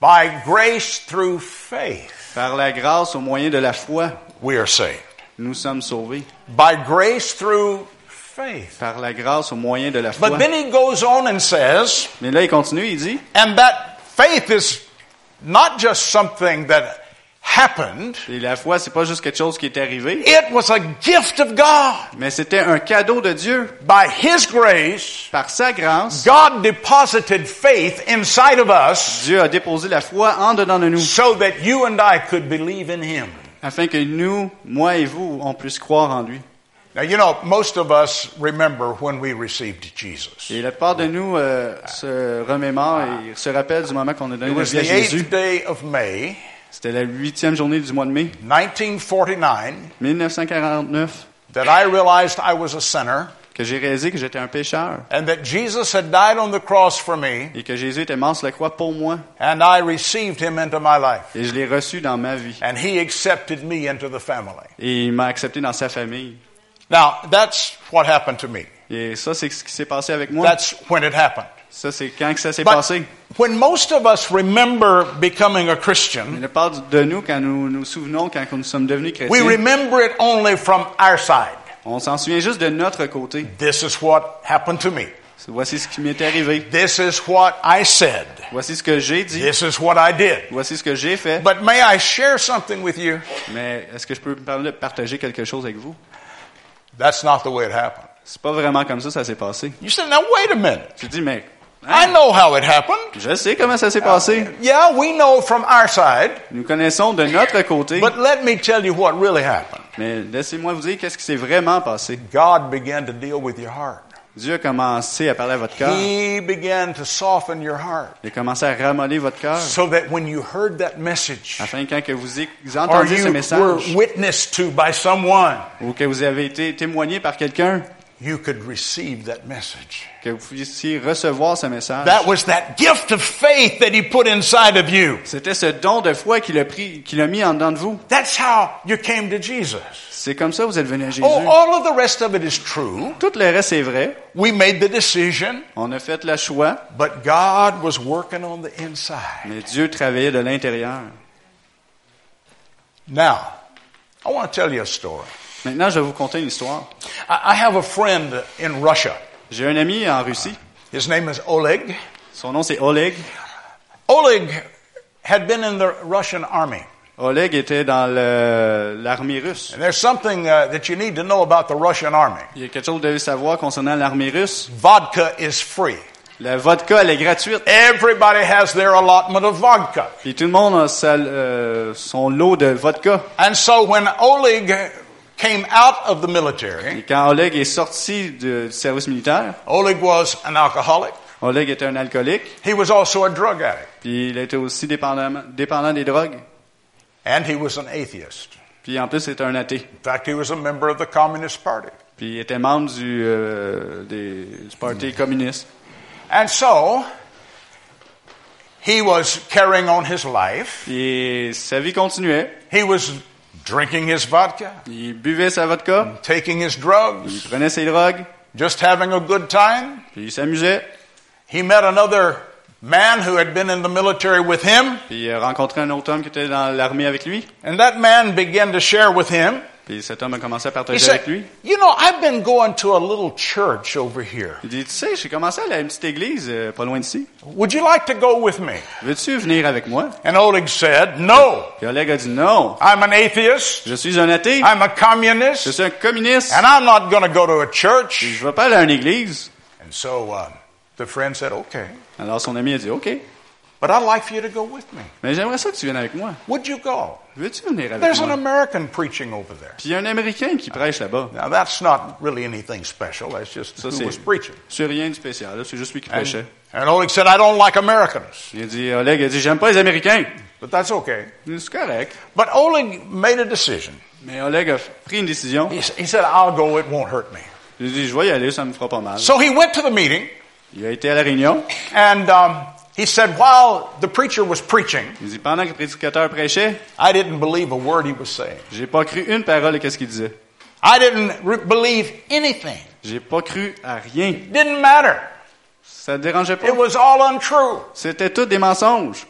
By grace through faith,
Par la grâce au moyen de la foi,
we are saved.
nous sommes sauvés.
By grace through faith.
Par la grâce au moyen de la foi.
But then he goes on and says,
Mais là, il continue, il dit
and that faith is not just something that happened,
Et la foi, c'est pas juste quelque chose qui est arrivé,
it was a gift of God.
mais c'était un cadeau de Dieu.
By his grace,
Par sa grâce,
God deposited faith inside of us
Dieu a déposé la foi en dedans de nous,
so that you and I could believe in him.
afin que nous, moi et vous, on puisse croire en lui.
Now, you know, most of us remember when we received Jesus.
Et la part de nous euh, se remémore et se rappelle du moment qu'on a donné
It
la
was
vie à
the
Jésus.
eighth day of May,
C'était la huitième journée du mois de mai
1949,
1949
that I realized I was a sinner
que j'ai réalisé que j'étais un pécheur
and that Jesus had died on the cross for me,
et que Jésus était mort sur la croix pour moi
and I received him into my life.
et je l'ai reçu dans ma vie
And he accepted me into the family.
et il m'a accepté dans sa famille.
Now, that's what happened to me.
Et ça, c'est ce qui s'est passé avec moi.
That's when it happened.
Ça, c'est quand que ça s'est
But
passé.
when most of us remember becoming a
Mais
Christian,
la part de nous, quand nous nous souvenons, quand nous sommes devenus
we
chrétiens,
remember it only from our side.
on s'en souvient juste de notre côté.
This is what happened to me.
Voici ce qui m'est arrivé.
This is what I said.
Voici ce que j'ai dit.
This is what I did.
Voici ce que j'ai fait.
But may I share something with you?
Mais est-ce que je peux parler- partager quelque chose avec vous?
That's not the way it happened.
C'est pas vraiment comme ça ça s'est passé.
You said, now wait a minute.
Tu dis, mais hein?
I know how it happened.
je sais comment ça s'est
Ah.
passé.
Yeah, we know from our side,
Nous connaissons de notre côté.
but let me tell you what really happened.
Mais laissez-moi vous dire qu'est-ce qui s'est vraiment passé.
God began to deal with your heart.
Dieu a commencé à parler à votre cœur.
He began to soften your heart
Il a commencé à ramollir votre cœur.
so that when you heard that message
Afin quand que vous, é- vous
or
entendiez ce
you were
message
witnessed to by someone,
ou que vous avez été témoigné par quelqu'un,
you could receive that message.
que vous puissiez recevoir ce message.
That was that gift of faith that He put inside of you.
C'était ce don de foi qu'il a pris, qu'il a mis en dedans de vous.
That's how you came to Jesus.
C'est comme ça que vous êtes venu à Jésus.
Oh, all of the rest of it is true.
Tout le reste est vrai.
We made the decision,
On a fait le choix,
but God was working on the inside.
mais Dieu travaillait de l'intérieur.
Now, I want to tell you a story.
Maintenant, je vais vous conter une histoire.
I I have a friend in Russia.
J'ai un ami en Russie.
His name is Oleg.
Son nom, c'est Oleg.
Oleg had been in the Russian army.
Oleg était dans le- l'armée russe.
And there's something uh, that you need to know about the Russian army.
Il y a quelque chose que vous devez savoir concernant l'armée russe.
Vodka is free.
La vodka, elle est gratuite.
Everybody has their allotment of vodka.
Puis tout le monde a sa- euh, son lot de vodka.
And so when Oleg came out of the military,
Et quand Oleg est sorti de- du service militaire,
Oleg was an alcoholic.
Oleg était un alcoolique.
He was also a drug addict.
Puis il était aussi dépendamment- dépendant des drogues.
And he was an atheist.
Puis en plus, c'était un athée.
In fact, he was a member of the Communist Party.
Puis il était membre du, euh, des, du Parti communiste.
And so he was carrying on his life.
Puis sa vie continuait.
He was drinking his vodka,
Il buvait sa vodka,
taking his
il
drugs,
prenait ses drogues,
just having a good time.
puis il s'amusait.
He met another man who had been in the military with him,
Puis il a rencontré un autre homme qui était dans l'armée avec lui.
and that man began to share with him
Puis cet homme a commencé à
He
partager
said,
avec lui.
You know, I've been going to a little church over here.
Il dit, tu sais, j'ai commencé à aller à une petite église euh, pas loin d'ici.
Would you like to go with me?
Veux-tu venir avec moi?
And Oleg said, No,
Puis Oleg a dit, non,
I'm an atheist.
je suis un athée,
I'm a
je
communist.
suis un communiste,
And I'm not going to go to a
puis
church.
je vais pas aller à une église.
And so uh, the friend said, Okay,
Alors son ami a dit, OK,
but I'd like for you to go with me.
mais j'aimerais ça que tu viennes avec moi.
Would you go?
Veux-tu venir avec
There's an
moi?
American preaching over there.
Puis il y a un Américain qui prêche là-bas.
Now, that's not really anything special. That's just
Ça,
who
c'est
was preaching.
c'est rien de spécial. là. C'est juste lui qui prêchait.
And, and Oleg said, I don't like Americans,
Il a dit, Oleg a dit, j'aime pas les Américains.
but that's okay.
Il dit, C'est correct.
But Oleg made a decision.
Mais Oleg a pris une décision.
He, s- he said, I'll go, it won't hurt me.
Il a dit, je vais y aller, ça me fera pas mal.
So he went to the meeting,
Il a été à la réunion.
and um, he said, While the preacher was preaching,
Il dit, pendant que le prédicateur prêchait,
I didn't believe a word he was saying.
j'ai pas cru une parole de qu'est-ce qu'il disait.
I didn't re- believe anything.
J'ai pas cru à rien.
Didn't matter.
Ça te dérangeait pas.
It was all untrue.
C'était tout des mensonges.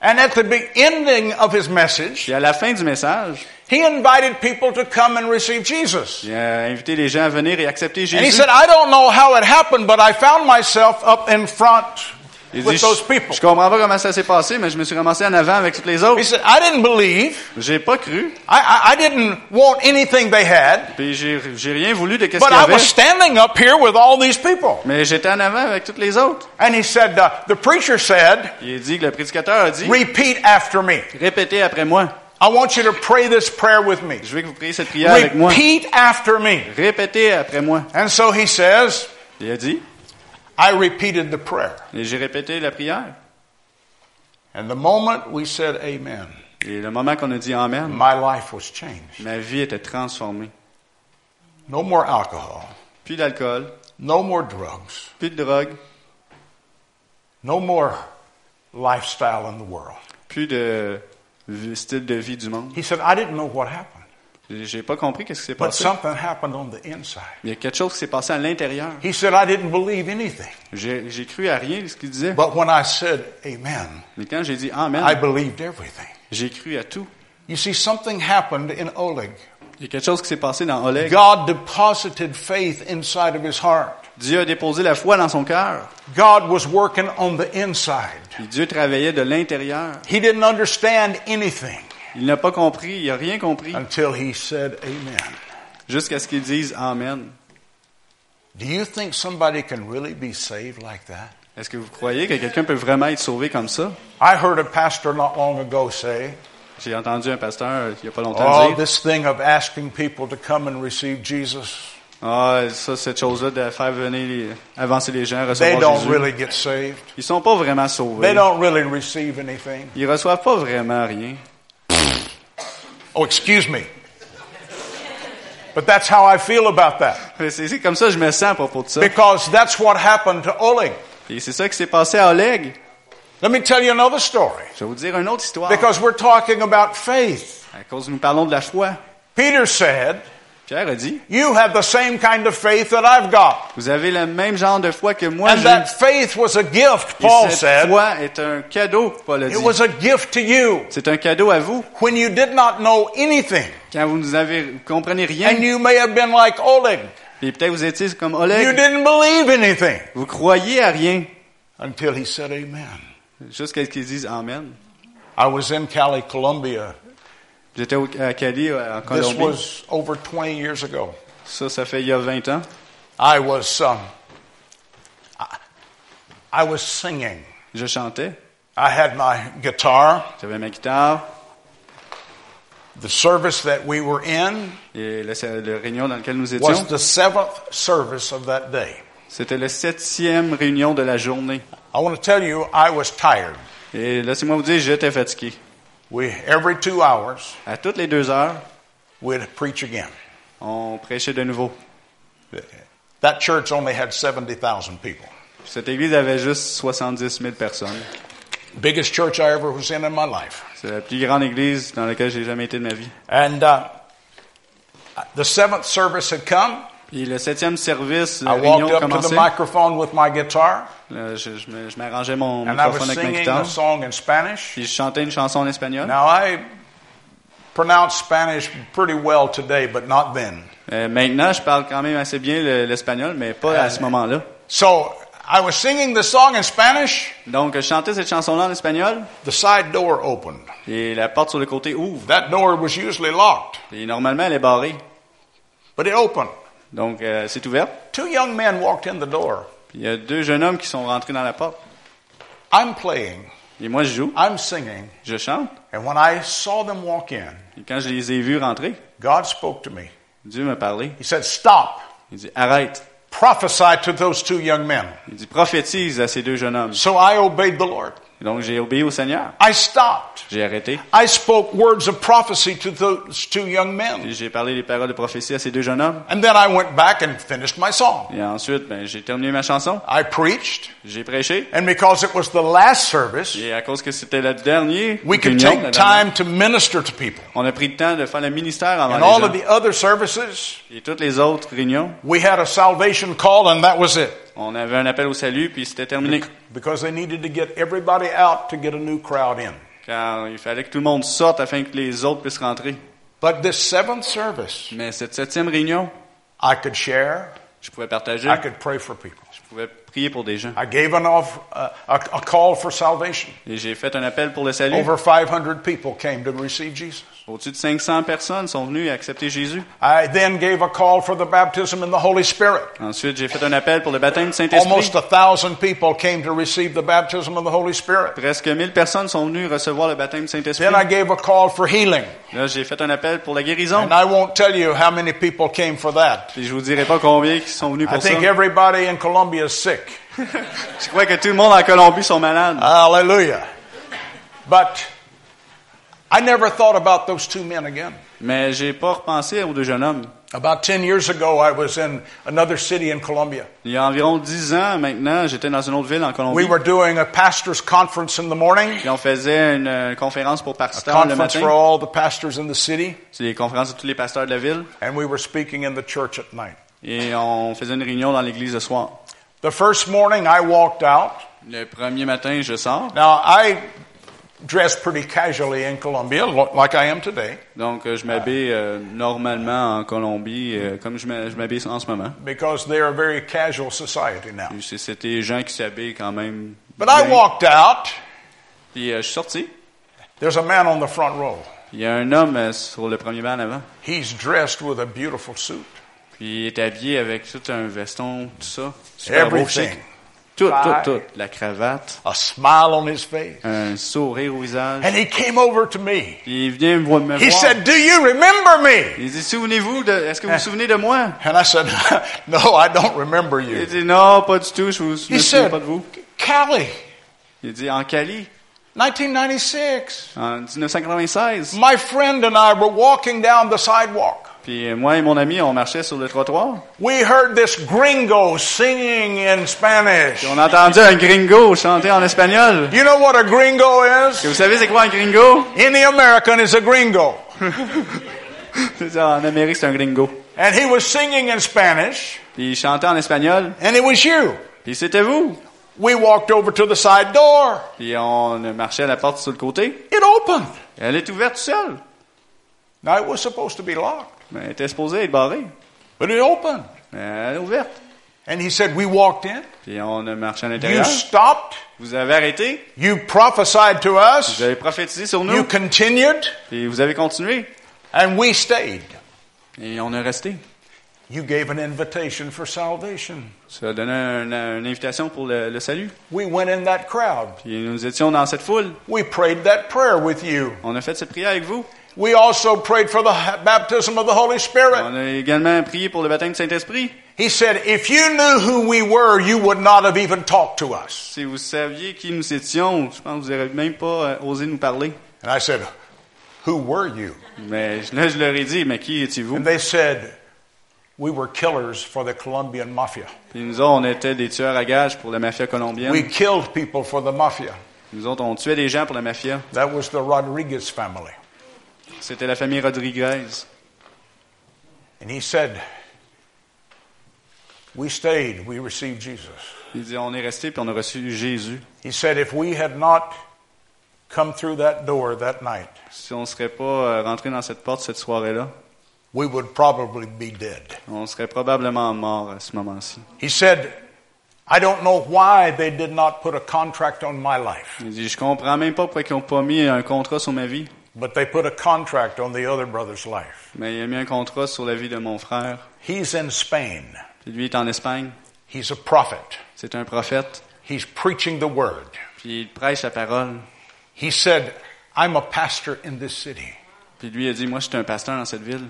And at the be- ending of his message,
Puis à la fin du message,
he invited people to come and receive Jesus.
il a invité les gens à venir et accepter
And he
Jésus.
said, I don't know how it happened, but I found myself up in front
Il dit,
with those
je,
people.
je comprends pas comment ça s'est passé, mais je me suis ramassé en avant avec toutes les
He
autres.
said, I didn't believe.
J'ai pas cru.
I, I, I didn't want anything they had,
Puis j'ai j'ai rien voulu de qu'est-ce
but
qu'il y
I
avait.
was standing up here with all these people.
Mais j'étais en avant avec toutes les autres.
And he said, uh, The preacher said,
Il a dit que le prédicateur a dit,
Repeat after me.
répétez après moi.
I want you to pray this prayer with me.
Je veux que vous priez cette prière avec moi.
Repeat after me.
Répétez après moi.
And so he says,
Il a dit,
I repeated the prayer.
et j'ai répété la prière.
And the moment we said amen,
Et le moment qu'on a dit Amen,
my life was changed.
ma vie était transformée.
No more alcohol,
Plus d'alcool,
no more drugs,
plus de drogue,
no more lifestyle in the world.
plus de vi- style de vie du monde.
He said, I didn't know what happened,
J'ai pas compris qu'est-ce qui s'est
but
passé.
something happened on the inside.
Il y a quelque chose qui s'est passé à l'intérieur.
He said, I didn't believe anything.
J'ai j'ai cru à rien de ce qu'il disait.
But when I said amen,
Mais quand j'ai dit
I
Amen,
believed everything.
j'ai cru à tout.
You see, something happened in Oleg.
Il y a quelque chose qui s'est passé dans Oleg.
God deposited faith inside of his heart.
Dieu a déposé la foi dans son cœur.
God was working on the inside.
Puis Dieu travaillait de l'intérieur.
He didn't understand anything
Il n'a pas compris, il n'a rien compris.
until he said amen.
Jusqu'à ce qu'il dise Amen.
Do you think somebody can really be saved like that?
Est-ce que vous croyez que quelqu'un peut vraiment être sauvé comme ça?
I heard a pastor not long ago say,
J'ai entendu un pasteur euh, il n'y a pas longtemps
Oh,
dire
this thing of asking people to come and receive Jesus,
Ah, ça, cette chose-là de faire venir les- avancer les gens,
they
recevoir
don't
Jésus.
really get saved.
Ils sont pas vraiment sauvés.
They don't really receive anything.
Ils reçoivent pas vraiment rien.
Oh, excuse me. But that's how I feel about that.
Mais C'est c'est comme ça que je me sens à propos de ça.
Because that's what happened to Oleg.
Et c'est ça qui s'est passé à Oleg.
Let me tell you another story.
Je vais vous dire une autre histoire.
Because we're talking about faith.
À cause nous parlons de la foi.
Peter said,
Pierre a dit,
You have the same kind of faith that I've got.
vous avez le même genre de foi que moi.
And
j'ai.
that faith was a gift, Paul
Et cette
said.
foi est un cadeau, Paul a dit.
It was a gift to you
C'est un cadeau à vous.
when you did not know anything.
Quand vous ne avez, vous comprenez rien,
And you may have been like Oleg.
et peut-être vous étiez comme
You
Oleg,
didn't believe anything
vous croyez à rien.
until he said amen.
Jusqu'à ce qu'ils disent Amen.
I was in Cali, Colombia.
J'étais au- à Cali, en
This
Colombie.
was over 20 years ago.
Ça, ça fait il y a 20 ans.
I was, um, I- I was singing.
Je chantais.
I had my guitar.
J'avais ma guitare
The service that we were in
et le, c'est le réunion dans laquelle nous
was
étions.
the seventh service of that day.
C'était la septième réunion de la journée.
I want to tell you, I was tired.
Et laissez-moi vous dire, j'étais fatigué.
We every two hours
À toutes les deux heures,
we'd preach again.
on prêchait de nouveau.
That church only had seventy thousand people.
Cette église avait juste 70 000 personnes.
Biggest church I ever was in in my life.
C'est la plus grande église dans laquelle j'ai jamais été de ma vie.
And uh, the seventh service had come.
Et le septième service, la
I walked
réunion
up to
commençait.
the microphone with my guitar,
Là, je je me- je m'arrangeais mon
and I
microphone
was
avec ma
singing a
guitare.
song in Spanish.
Puis je chantais une chanson en espagnol.
Now I pronounce Spanish pretty well today, but not then.
Euh, maintenant, je parle quand même assez bien le- l'espagnol, mais pas
Euh.
à ce moment-là.
So I was singing the song in Spanish.
Donc, je chantais cette chanson-là en espagnol,
The side door opened.
et la porte sur le côté ouvre.
That door was usually locked,
Et normalement, elle est barrée.
but it opened.
Donc, euh, c'est ouvert.
Two young men walked in the door.
Il y a deux jeunes hommes qui sont rentrés dans la porte.
I'm playing,
Et moi, je joue,
I'm singing,
je chante.
and when I saw them walk in,
Et quand je les ai vus rentrer,
God spoke to me.
Dieu m'a parlé.
He said, Stop,
Il dit, arrête.
prophesy to those two young men.
Il dit, prophétise à ces deux jeunes hommes.
So I obeyed the Lord.
Et donc, j'ai obéi au Seigneur.
I stopped.
J'ai arrêté.
I spoke words of prophecy to those two young
Et
men.
J'ai parlé des paroles de prophétie à ces deux jeunes hommes.
And then I went back and finished my song.
Et ensuite, ben, j'ai terminé ma chanson.
I preached,
J'ai prêché.
and because it was the last service,
Et à cause que c'était la dernière
we could
réunion, la
take
dernière,
time to minister to people.
on a pris le temps de faire le ministère
And
avant
all
les
of
gens.
the other services,
Et toutes les autres réunions,
we had a salvation call, and that was it.
on avait un appel au salut, puis c'était terminé.
Because they needed to get everybody out to get a new crowd in.
Car il fallait que tout le monde sorte afin que les autres puissent rentrer.
But this seventh service,
Mais cette septième réunion,
I could share,
je pouvais partager,
I could pray for people.
je pouvais prier pour des gens.
I gave an off, uh, a, a call for salvation.
Et j'ai fait un appel pour le salut.
Over 500 people came to receive Jesus.
Au-dessus de 500 personnes sont venues accepter Jésus.
I then gave a call for the baptism in the Holy Spirit.
Ensuite, j'ai fait un appel pour le baptême du Saint-Esprit.
Almost a thousand people came to receive the baptism of the Holy Spirit.
Presque 1000 personnes sont venues recevoir le baptême du Saint-Esprit.
Then I gave a call for healing.
Là, j'ai fait un appel pour la guérison.
And I won't tell you how many people came for that.
Puis je vous dirai pas combien qui sont venus
I
pour ça.
think everybody in Colombia is sick.
Je crois que tout le monde en Colombie sont malades.
Ah. Hallelujah. But I never thought about those two men again.
Mais j'ai pas repensé aux deux jeunes hommes.
About 10 years ago, I was in another city in Colombia.
Il y a environ 10 ans maintenant, j'étais dans une autre ville en
We
Colombie.
were doing a pastor's conference in the morning,
Puis on faisait une, euh, conférence pour
a
pasteurs le
conference for
matin.
all the pastors in the city,
C'est les conférences de tous les pasteurs de la ville.
and we were speaking in the church at night.
Et on faisait une réunion dans l'église le soir.
The first morning, I walked out.
Le premier matin, je sors.
Now, I dress pretty casually in Colombia, lo- like I am today,
Donc, euh, je m'habille euh, normalement en Colombie, euh, comme je m'a- je m'habille en ce moment.
because they're a very casual society now.
Puis c'est- C'était des gens qui s'habillent quand même.
But I
bien.
walked out.
Puis euh, je suis sorti.
There's a man on the front row.
Il y a un homme euh, sur le premier banc en avant.
He's dressed with a beautiful suit.
Puis il est habillé avec tout un veston, tout ça. Super beau
Everything.
chic. Tout,
Bye.
tout, tout. La cravate,
a smile on his face.
un sourire au visage.
And he came over to me.
Puis il vient me voir. me
He
voir.
said, Do you remember me?
Il dit, souvenez-vous de, est-ce que vous vous souvenez de moi?
And I said, No, I don't remember
Il
you.
dit, non, pas du tout, je vous- je
He
me souviens
said,
pas de vous.
Cali,
Il dit, en Cali,
1996.
en 1996.
My friend and I were walking down the sidewalk.
Puis euh, moi et mon ami, on marchait sur le trottoir.
We heard this gringo singing in Spanish.
Puis on a entendu un gringo chanter en espagnol.
You know what a gringo
Et vous
is?
savez c'est quoi un gringo?
Any American is a gringo.
C'est ça, en Amérique, c'est un gringo.
And he was singing in Spanish,
Puis il chantait en espagnol.
and it was you.
Puis c'était vous.
We walked over to the side door.
Puis on marchait à la porte sur le côté.
It opened.
Elle est ouverte toute seule.
Now, it was supposed to be locked,
Mais elle était supposée être barrée.
but it opened.
Mais elle est ouverte.
And he said, We walked in.
Puis on a marché à
You
l'intérieur.
stopped.
Vous avez arrêté.
You prophesied to
Vous
us.
avez prophétisé sur
You
nous.
continued.
Puis vous avez continué.
And we stayed.
Et on est resté.
You gave an invitation for salvation.
Ça donnait un- une invitation pour le, le salut.
We went in that crowd.
Puis nous étions dans cette foule.
We prayed that prayer with you.
On a fait cette prière avec vous.
We also prayed for the baptism of the Holy Spirit.
On a également prié pour le baptême du Saint-Esprit.
He said, If you knew who we were, you would not have even talked to us.
Si vous saviez qui nous étions, je pense que vous n'auriez même pas euh, osé nous parler.
And I said, Who were you?
Mais je- là, je leur ai dit, mais qui étiez-vous?
And they said, We were killers for the Colombian mafia.
Puis nous autres, on était des tueurs à gages pour la mafia
We
colombienne.
killed people for the mafia.
Nous autres, on tuait des gens pour la mafia.
That was the Rodriguez family.
C'était la famille Rodriguez.
And he said, We stayed, we received Jesus.
Il dit, on est resté puis on a reçu Jésus.
He said, If we had not come through that door that night,
Si on ne serait pas euh, rentré dans cette porte cette soirée-là,
we would probably be dead.
on serait probablement mort à ce moment-ci.
He said, I don't know why they did not put a contract on my life,
Il dit, je comprends même pas pourquoi ils n'ont pas mis un contrat sur ma vie,
but they put a contract on the other brother's life.
mais il a mis un contrat sur la vie de mon frère.
He's in Spain.
Puis lui il est en Espagne,
He's a prophet.
c'est un prophète,
He's preaching the word.
puis il prêche la parole.
He said, I'm a pastor in this city.
Puis lui il a dit, moi je suis un pasteur dans cette ville,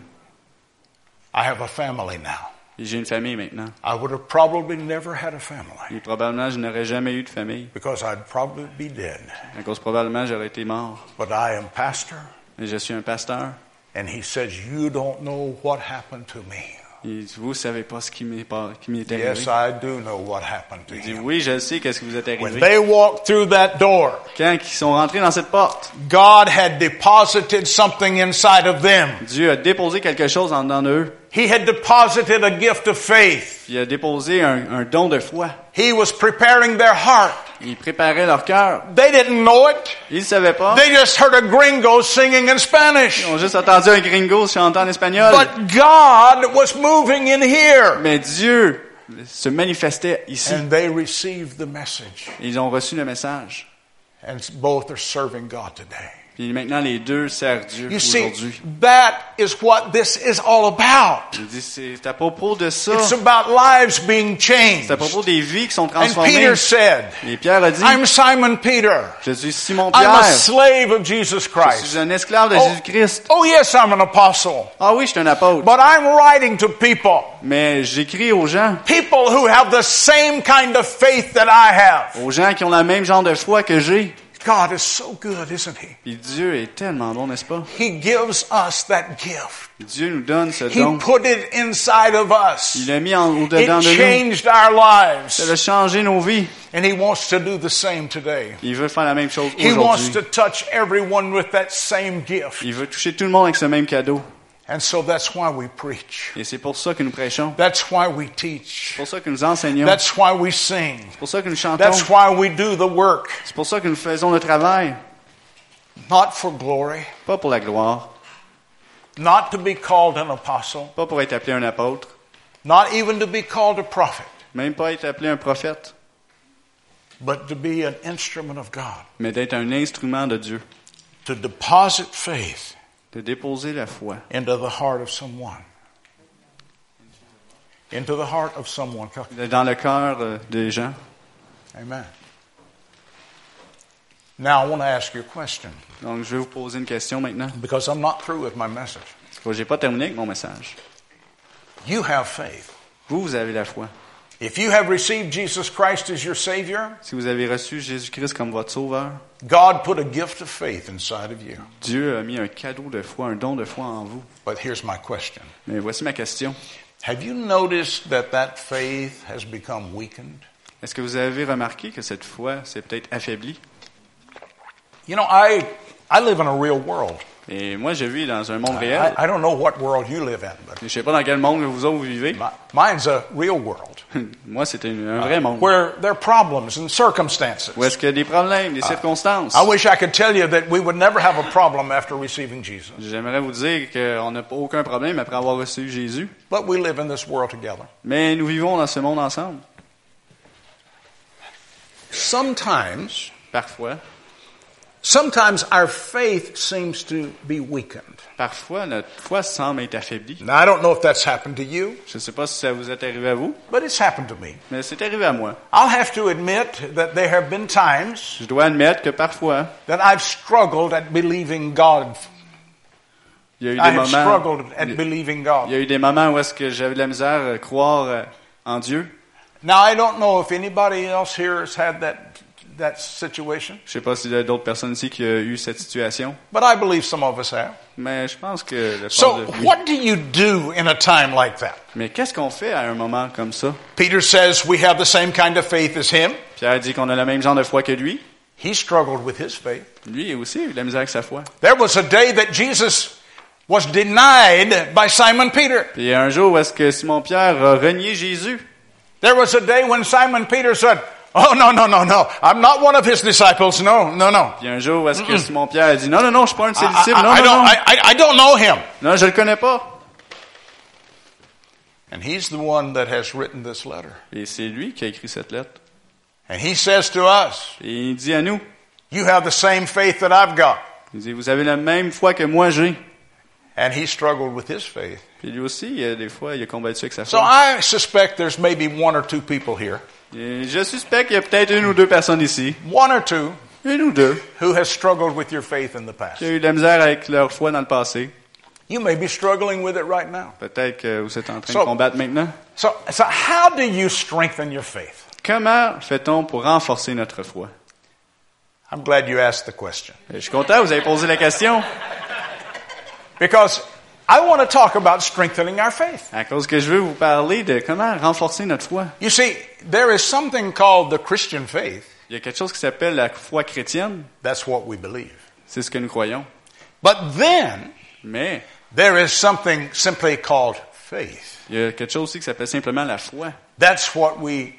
I have a family now.
puis j'ai une famille maintenant.
I would have probably never had a family
Et probablement je n'aurais jamais eu de famille,
because I'd probably be dead.
à cause probablement j'aurais été mort.
But I am pastor.
Mais je suis un pasteur.
And he says, You don't know what happened to me.
Il dit, vous savez pas ce qui m'est pas- qui m'est arrivé.
Yes, I do know what happened to
Il dit,
you.
oui, je le sais, qu'est-ce qui vous est
When
arrivé.
they walked through that door,
Quand ils sont rentrés dans cette porte,
God had deposited something inside of them.
Dieu a déposé quelque chose en dedans d'eux.
He had deposited a gift of faith.
Puis il a déposé un, un don de foi.
He was preparing their heart.
Il préparait leur cœur.
They didn't know it.
Ils ne savaient pas.
They just heard a gringo singing in Spanish.
Ils ont juste entendu un gringo chantant en espagnol.
But God was moving in here.
Mais Dieu se manifestait ici.
And they received the message.
Ils ont reçu le message.
And both are serving God today.
Puis maintenant, les deux servent Dieu
You see,
aujourd'hui.
that is what this is all about.
Il dit, c'est à propos de ça.
It's about lives being changed.
C'est à propos des vies qui sont
And
transformées.
Peter said,
Et Pierre a dit,
I'm Simon Peter.
je suis Simon
I'm a
Pierre.
slave of Jesus
Je suis
Christ.
un esclave de
Oh.
Jésus-Christ.
Oh, yes, I'm an apostle.
Ah oui, je suis un apôtre.
But I'm writing to people,
Mais j'écris aux gens,
people who have the same kind of faith that I have.
aux gens qui ont le même genre de foi que j'ai.
God is so good, isn't He?
Puis Dieu est tellement bon, n'est-ce pas?
He gives us that gift.
Dieu nous donne ce
He
don.
put it inside of us.
Il a mis en, au-dedans
It
de nous.
changed our
Ça a
lives.
changé nos vies.
And He wants to do the same today.
Il veut faire la même chose
He wants to
aujourd'hui.
touch everyone with that same gift.
Il veut toucher tout le monde avec ce même cadeau.
And so that's why we preach.
Et c'est pour ça que nous prêchons.
That's why we teach.
C'est pour ça que nous enseignons. C'est
That's why we sing.
pour ça que nous chantons.
That's why we do the work.
C'est pour ça que nous faisons le travail.
Not for glory,
Pas pour la gloire.
not to be called an apostle,
Pas pour être appelé un apôtre.
not even to be called a prophet,
Même pas être appelé un prophète.
but to be an instrument of God,
Mais d'être un instrument de Dieu.
to deposit faith
De déposer la foi.
into the heart of someone. Into the heart of someone.
Dans le cœur euh, des gens.
Amen. Now, I want to ask you a question
Donc, je vais vous poser une question maintenant.
because I'm not through with my message.
Parce que j'ai pas terminé avec mon message.
You have faith.
Vous, vous avez la foi.
If you have received Jesus Christ as your Savior,
Si vous avez reçu Jésus-Christ comme votre sauveur,
God put a gift of faith inside of you.
Dieu a mis un cadeau de foi, un don de foi en vous.
But here's my question
Mais voici ma question.
Have you noticed that that faith has become weakened?
Est-ce que vous avez remarqué que cette foi s'est peut-être affaiblie?
You know, I, I live in a real world.
Et moi, je vis dans un monde réel.
I, I don't know what world you live in, but
Je ne sais pas dans quel monde vous autres vous vivez.
my, mine's a real world
Moi, c'est un, un
Ah.
vrai monde.
where there are problems and circumstances.
Où est-ce qu'il y a des problèmes,
Ah.
des circonstances?
I wish I could tell you that we would never have a problem after receiving Jesus,
J'aimerais vous dire qu'on n'a aucun problème après avoir reçu Jésus.
but we live in this world together.
Mais nous vivons dans ce monde ensemble.
Sometimes,
Parfois.
sometimes our faith seems to be weakened.
Parfois, notre foi semble être affaiblie.
Now, I don't know if that's happened to you,
Je ne sais pas si ça vous est arrivé à vous,
but it's happened to me.
mais c'est arrivé à moi.
I'll have to admit that there have been times
Je dois admettre que parfois,
that I've struggled at believing God.
il y a eu
I
des
have
moments...
struggled at
il-
believing
Il y a
God.
eu des moments où est-ce que j'avais de la misère à croire euh, en Dieu.
Now, I don't know if anybody else here has had that, that situation,
Je sais pas s'il y a d'autres personnes ici qui ont eu cette situation,
but I believe some of us have.
mais je pense que le
So,
Père de- oui.
what do you do in a time like that?
Mais qu'est-ce qu'on fait à un moment comme ça
Peter says we have the same kind of faith as him.
Pierre dit qu'on a le même genre de foi que lui.
He struggled with his faith.
Lui aussi a eu de la misère avec sa foi.
There was a day that Jesus was denied by Simon Peter.
Puis il y a un jour où est-ce que Simon Pierre a renié Jésus.
There was a day when Simon Peter said, Oh, no, no, no, no. I'm not one of his disciples. No, no, no.
Puis un jour, est-ce que Simon-Pierre a dit, non, non, non, je suis pas un de ses
I,
disciples,
I-
non,
Ah, I
non,
don't,
non,
I, I, I don't know him.
non, je le connais pas.
And he's the one that has written this letter.
Et c'est lui qui a écrit cette lettre.
And he says to us,
Et il dit à nous,
You have the same faith that I've got.
il dit, vous avez la même foi que moi j'ai.
And he struggled with his faith.
Puis lui aussi, il a- des fois, il a combattu avec sa
So ah.
foi.
I suspect there's maybe one or two people here,
Et je suspecte qu'il y a peut-être une ou deux personnes ici,
one or two,
une ou deux,
who has struggled with your faith in the past.
qui ont eu de la misère avec leur foi dans le passé.
You may be struggling with it right now.
Peut-être que vous êtes en train
So-
de combattre maintenant.
So, so how do you strengthen your faith?
Comment fait-on pour renforcer notre foi? Euh,
I'm glad you asked the question.
Je suis content, vous avez posé la question.
Because I want to talk about strengthening our faith.
À cause que je veux vous parler de comment renforcer notre foi.
You see, there is something called the Christian faith.
Il y a quelque chose qui s'appelle la foi chrétienne.
That's what we believe.
C'est ce que nous croyons.
But then
Mais
there is something simply called faith.
il y a quelque chose aussi qui s'appelle simplement la foi.
That's what we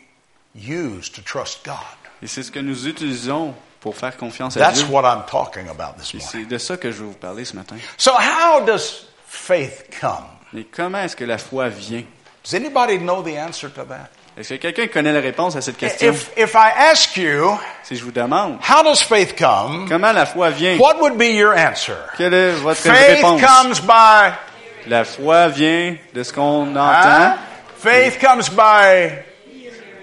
use to trust God.
Et c'est ce que nous utilisons pour faire confiance à
That's
Dieu.
what I'm talking about this
Et
morning.
c'est de ça que je veux vous parler ce matin.
So how does faith come?
Mais comment est-ce que la foi vient?
Does anybody know the answer to that?
Est-ce que quelqu'un connaît la réponse à cette
Eh,
question?
If, if I ask you,
Si je vous demande,
how does faith come?
comment la foi vient?
What would be your answer?
Quelle est votre
Faith
réponse?
comes by
La foi vient de ce qu'on entend.
Huh? Faith comes by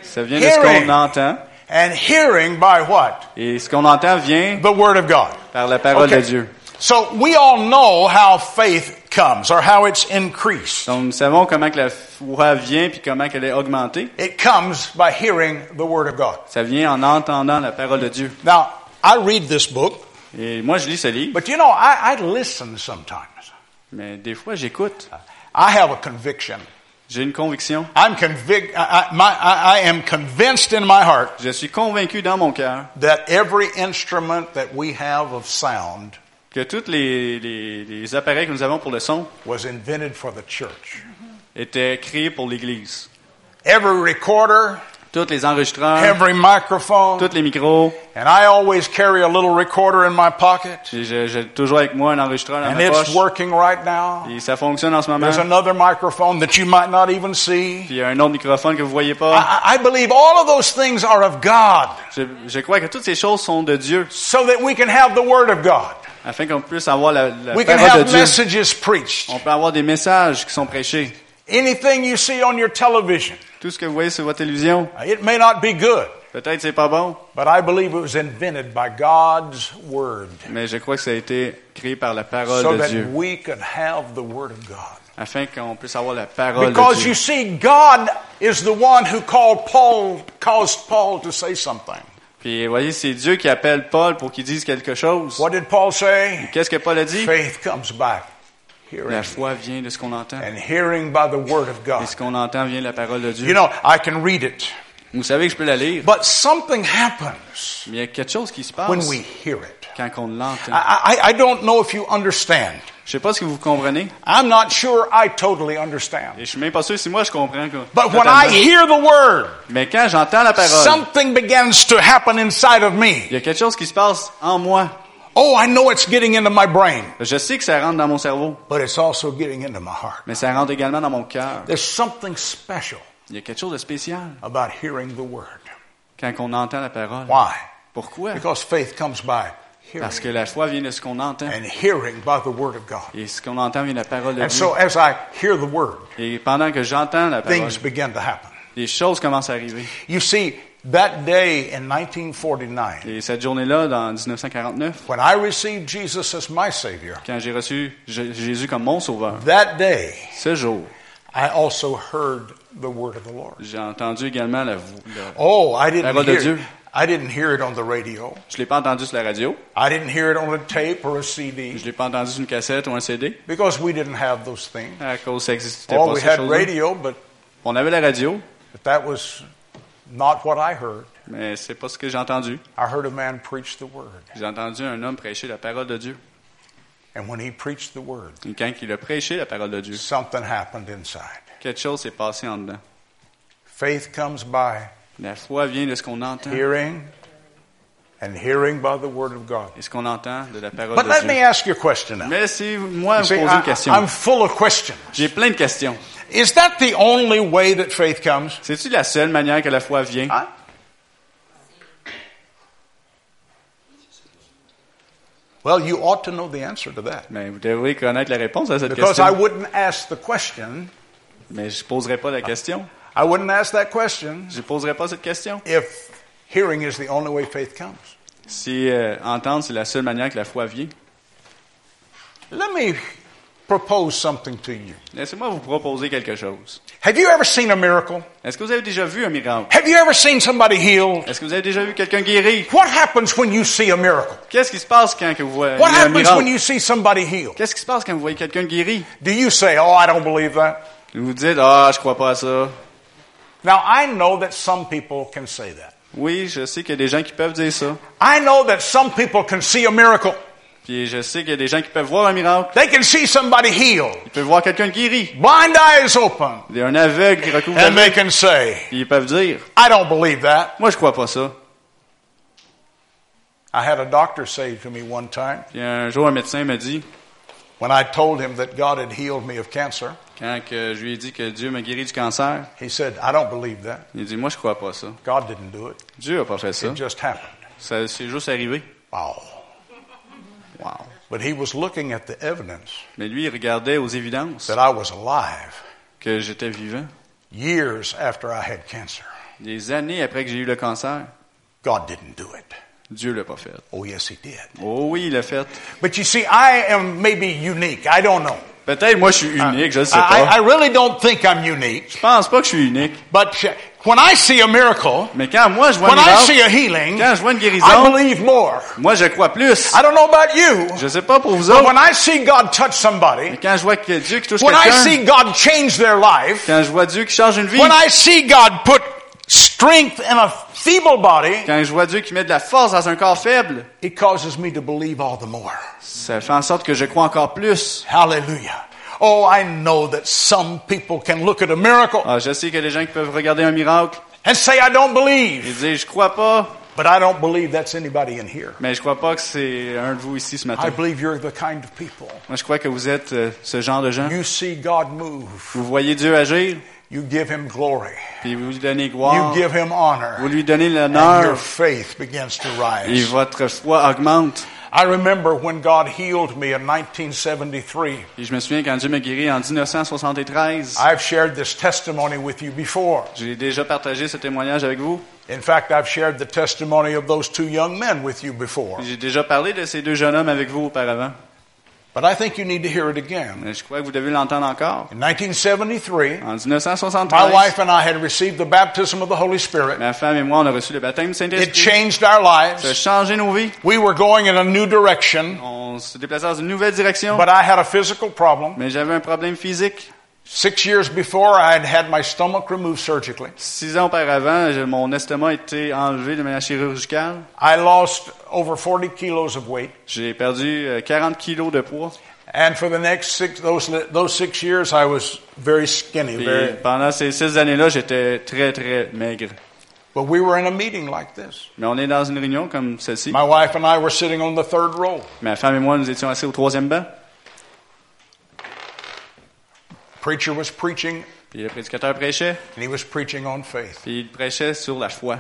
Ça vient de ce
Hearing.
qu'on entend.
and hearing by what?
Et ce qu'on entend vient
The Word of God.
par la parole
Okay.
de Dieu.
So we all know how faith comes or how it's increased.
Donc, nous savons comment que la foi vient puis comment qu'elle est augmentée.
It comes by hearing the Word of God.
Ça vient en entendant la parole de Dieu.
Now, I read this book,
Et moi, je lis ce livre,
but you know, I, I listen sometimes.
mais des fois, j'écoute.
I have a conviction.
J'ai une conviction.
I'm convic- I, I, my, I, I am convinced in my heart
Je suis convaincu dans mon cœur
that every instrument that we have of sound
que tous les, les- les appareils que nous avons pour le son
was invented for the church.
étaient créés pour l'Église.
Every recorder,
Tous les enregistreurs,
every microphone,
tous les micros.
And I always carry a little recorder in my pocket,
J'ai- J'ai j'ai toujours avec moi un enregistreur dans
and
ma
it's
poche.
working right now.
Et ça fonctionne en ce moment.
There's
Puis
another microphone that you might not even see.
il y a un autre microphone que vous voyez pas.
I, I believe all of those things are of God
Je, je crois que toutes ces choses sont de Dieu,
so that we can have the Word of God.
afin qu'on puisse avoir la, la
We can
parole
have
de Dieu.
messages preached.
On peut avoir des messages qui sont prêchés.
Anything you see on your television,
Tout ce que vous voyez sur votre télévision,
it may not be good,
peut-être c'est pas bon,
but I believe it was invented by God's Word
mais je crois que ça a été créé par la parole
so
de
that
Dieu,
we could have the Word of God.
afin qu'on puisse avoir la parole de
Because
Dieu.
you see, God is the one who called Paul, caused Paul to say something.
Puis vous voyez, c'est Dieu qui appelle Paul pour qu'il dise quelque chose.
What did Paul say?
Qu'est-ce que Paul a dit?
Faith comes by hearing,
La foi vient de ce qu'on entend.
and hearing by the word of
Et
God.
ce qu'on entend vient de la parole de
You
Dieu.
know, I can read it,
Vous savez que je peux la lire,
but something happens
mais il y a quelque chose qui se passe
when we Ah, hear it.
quand on l'entend.
I, I, I don't know if you understand.
Je sais pas si vous comprenez,
I'm not sure I totally
et
understand.
je suis même pas sûr si moi je comprends. quoi.
But when I hear the word,
Mais quand j'entends la parole,
something begins to happen inside of
il
me.
y a quelque chose qui se passe en moi.
Oh, I know it's getting into my brain,
Je sais que ça rentre dans mon cerveau,
but it's also getting into my heart.
mais ça rentre également dans mon cœur.
There's something special
Il y a quelque chose de spécial
about hearing the word.
quand on entend la parole.
Why?
Pourquoi?
Because faith comes by hearing,
Parce que la foi vient de ce qu'on entend.
and hearing by the word of God.
Et ce qu'on entend vient de la parole de
And so,
Dieu.
as I hear the word,
Et pendant que j'entends la parole,
things begin to happen.
des choses commencent à arriver.
You see, that day in 1949,
Et cette journée-là, dans 1949,
when I received Jesus as my Savior,
quand j'ai reçu J- Jésus comme mon sauveur,
that day
ce jour,
I also heard the word of the Lord.
j'ai entendu également la voix. la-
Oh, I didn't
Parole de
hear.
Dieu.
I didn't hear it on the radio.
Je l'ai pas entendu sur la radio,
I didn't hear it on a tape or a
je
CD
l'ai pas entendu sur une cassette ou un CD,
because we didn't have those things.
à cause que ça n'existait
Oh,
pas.
we
ces
had
choses-là.
radio, but
On avait la radio,
But that was not what I heard.
mais c'est pas ce que j'ai entendu.
I heard a man preach the word.
J'ai entendu un homme prêcher la parole de Dieu.
And when he preached the word,
Et quand il a prêché la parole de Dieu,
something happened inside.
quelque chose s'est passé en dedans.
Faith comes by
La foi vient de ce qu'on entend
hearing, and hearing by the Word of God.
et ce qu'on entend de la parole
But
de
let
Dieu.
me ask you a question now.
Mais si moi,
You
je
see,
pose
I-
une question.
I'm full of questions.
J'ai plein de questions.
Is that the only way that faith comes?
C'est-tu la seule manière que la foi vient?
Huh? Well, you ought to know the answer to that.
Mais Ben, vous devriez connaître la réponse à cette
Because
question.
I wouldn't ask the question,
Mais je poserai pas la question.
I wouldn't ask that question
Je poserai pas cette question.
if hearing is the only way faith comes.
Si euh, entendre, c'est la seule manière que la foi vient.
Let me propose something to you.
Laissez-moi vous proposer quelque chose.
Have you ever seen a miracle?
Est-ce que vous avez déjà vu un miracle?
Have you ever seen somebody healed?
Est-ce que vous avez déjà vu quelqu'un guéri?
What happens when you see a miracle?
Qu'est-ce qui se passe quand que vous voyez
What
un
happens when
miracle?
you see somebody healed?
Qu'est-ce qui se passe quand vous voyez quelqu'un guéri?
Do you say, Oh, I don't believe that?
Vous vous dites, ah, je crois pas à ça.
Now, I know that some people can say that.
Oui, je sais qu'il y a des gens qui peuvent dire ça.
I know that some people can see a miracle.
Puis je sais qu'il y a des gens qui peuvent voir un miracle.
They can see somebody healed.
Ils peuvent voir quelqu'un guéri.
Blind eyes open.
Il y a un aveugle qui recouvre la
And
main.
they can say,
Puis ils peuvent dire,
I don't believe that.
moi je crois pas ça.
I had a doctor say to me one time
Puis un jour, un médecin m'a dit,
when I told him that God had healed me of cancer,
quand que je lui ai dit que Dieu m'a guéri du cancer,
he said, I don't believe that.
il a dit, moi je crois pas ça.
God didn't do it.
Dieu a pas fait ça.
It just happened.
ça c'est juste arrivé.
Wow.
Wow.
But he was looking at the evidence
Mais lui, il regardait aux évidences
that I was alive
que j'étais vivant.
years after I had cancer.
Des années après que j'ai eu le cancer,
God didn't do it.
Dieu l'a pas fait.
Oh, yes, he did.
Oh oui, il l'a fait.
But you see, I am maybe unique. I don't know.
Peut-être moi je suis
Ah.
unique, je ne sais
I, I
pas.
really don't think I'm unique.
Je pense pas que je suis unique.
But when I see a miracle,
Mais quand moi je vois un
when I see
miracle,
a healing,
quand je vois une
I
guérison,
believe more.
moi je crois plus.
I don't know about you,
Je sais pas pour vous
but
autres,
when I see God touch
mais
somebody,
quand je vois que Dieu qui touche
when I see
quelqu'un,
God change their life,
quand je vois Dieu qui change une vie,
when I see God put strength in a feeble body,
quand je vois Dieu qui met de la force dans un corps faible,
it causes me to believe all the more.
ça fait en sorte que je crois encore plus.
Hallelujah. Oh, I know that some people can look at a miracle
Ah, je sais qu'il y a des gens qui peuvent regarder un miracle
and say, I don't
et
believe,
dire je crois pas,
but I don't believe that's anybody in here.
mais je crois pas que c'est un de vous ici ce
I
matin.
believe you're the kind of people.
Moi je crois que vous êtes euh, ce genre de gens.
You see God move.
Vous voyez Dieu agir,
You give him glory.
puis vous lui donnez
You
gloire,
give him
vous
honor.
lui donnez
And your
l'honneur
faith begins to
et
rise.
votre foi augmente.
I remember when God healed me in 1973.
Et je me souviens quand Dieu m'a guéri en 1973.
I've shared this testimony with you before.
J'ai déjà partagé ce témoignage avec vous.
In fact, I've shared the testimony of those two young men with you before.
J'ai déjà parlé de ces deux jeunes hommes avec vous auparavant.
But I think you need to hear it again.
Mais je crois que vous devez l'entendre encore.
In 1973,
En
my
1973,
wife and I had received the baptism of the Holy Spirit.
ma femme et moi, on a reçu le baptême du
It
Saint-Esprit.
changed our
Ça a
lives.
changé nos vies.
We were going in a new direction,
On se déplaçait dans une nouvelle direction.
but I had a physical problem.
Mais j'avais un problème physique.
Six years before, I had had my stomach removed surgically.
Six ans auparavant, j'ai- mon estomac a été enlevé de manière chirurgicale.
I lost over 40 kilos of weight.
J'ai perdu euh, 40 kilos de poids.
And for the next six, those, those six years, I was very skinny.
Puis
Very,
pendant ces six années-là, j'étais très, très maigre.
but we were in a meeting like this.
Mais on est dans une réunion comme celle-ci.
My wife and I were sitting on the third row.
Ma femme et moi, nous étions assis au troisième banc.
Preacher was preaching,
Puis le prédicateur prêchait.
and he was preaching on faith.
Puis il prêchait sur la foi.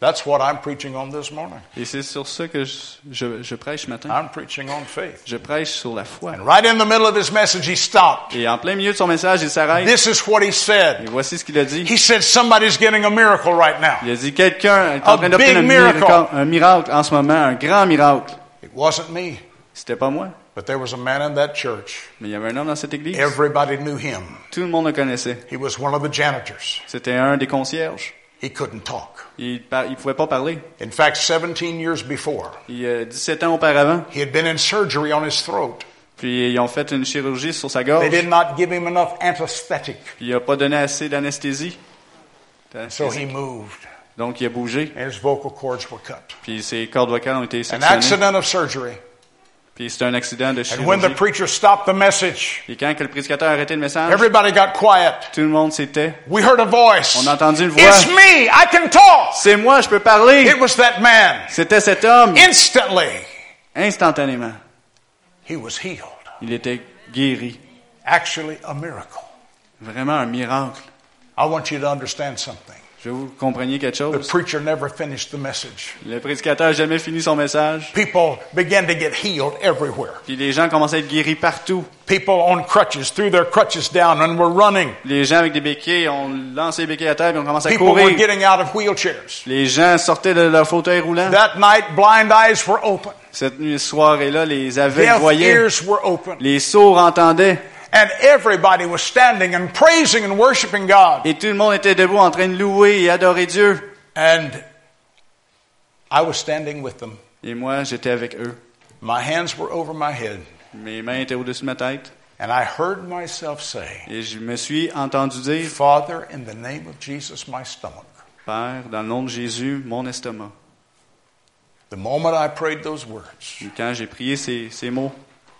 That's what I'm preaching on this morning.
Et c'est sur ça que je, je, je prêche ce matin.
I'm preaching on faith.
Je prêche sur la foi.
And right in the middle of his message, he stopped.
Et en plein milieu de son message, il s'arrête.
This is what he
Et
said.
voici ce qu'il a dit.
He said, Somebody's getting a miracle right now.
Il a dit, quelqu'un est en
A
train d'obtenir un
big
miracle,
miracle.
un miracle en ce moment, un grand miracle.
It wasn't me,
C'était pas moi,
but there was a man in that church.
mais il y avait un homme dans cette église.
Everybody knew him.
Tout le monde le connaissait.
He was one of the janitors.
C'était un des concierges.
He couldn't talk.
Il par- il pouvait pas parler.
In fact, 17 years before,
Il y a 17 ans auparavant.
he had been in surgery on his throat.
Puis ils ont fait une chirurgie sur sa
They
gorge.
did not give him enough anesthetic,
Puis il a pas donné assez d'anesthésie.
so he moved,
Donc il a bougé.
and his vocal cords were cut.
Puis ses cordes vocales ont été
An
sectionnées.
accident of surgery
Puis c'est un accident de
And when the
chirurgie.
preacher stopped the message,
Et quand que le prédicateur a arrêté le message,
everybody got quiet.
tout le monde s'était.
We heard a voice.
On a entendu une voix.
It's me. I can talk.
C'est moi, je peux parler.
It was that man.
C'était cet homme.
Instantly,
Instantanément,
he was healed.
il était guéri.
Actually, a miracle.
Vraiment un miracle.
I want you to understand something.
Je veux que vous compreniez quelque
The
chose.
preacher never finished the message.
Le prédicateur n'a jamais fini son message.
People began to get healed everywhere.
Puis les gens commençaient à être guéris partout.
People on crutches threw their crutches down and were running.
Les gens avec des béquilles ont lancé les béquilles à terre et ont commencé à
People were
courir.
getting out of wheelchairs.
Les gens sortaient de leur fauteuil roulant.
That night, blind eyes were open.
Cette nuit- soirée-là, les aveugles
Deaf
voyaient.
ears were open.
Les sourds entendaient.
And everybody was standing and praising and worshiping God.
Et tout le monde était debout en train de louer et adorer Dieu.
And I was standing with them.
Et moi, j'étais avec eux.
My hands were over my head.
Mes mains étaient au-dessus de ma tête.
And I heard myself say,
Et je me suis entendu dire,
Father, in the name of Jesus, my stomach.
Père, dans le nom de Jésus, mon estomac.
The moment I prayed those words,
Et quand j'ai prié ces, ces mots,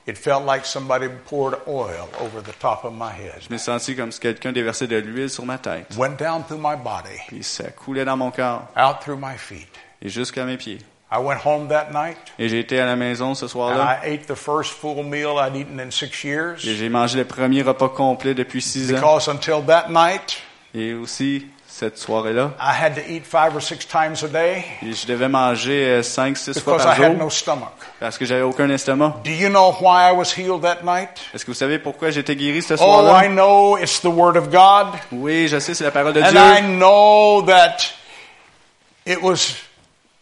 it felt like somebody poured oil over the top of my head.
je me suis senti comme si quelqu'un déversait de l'huile sur ma tête.
Went down through my body,
Puis ça coulait dans mon corps
out through my feet.
et jusqu'à mes pieds.
I went home that night
Et j'ai été à la maison ce
and
soir-là
I ate the first full meal I'd eaten in six years.
et j'ai mangé le premier repas complet depuis six ans.
Because until that night,
Et aussi, cette soirée-là,
I had to eat five or six times a day
et je devais manger euh, cinq, six fois
because I
par
had no
jour
stomach.
parce que j'avais aucun estomac.
Do you know why I was healed that night?
Est-ce que vous savez pourquoi j'étais guéri ce
Oh, I
soir-là?
know it's the Word of God,
Oui, je sais, c'est la parole de
and I
Dieu.
know that it was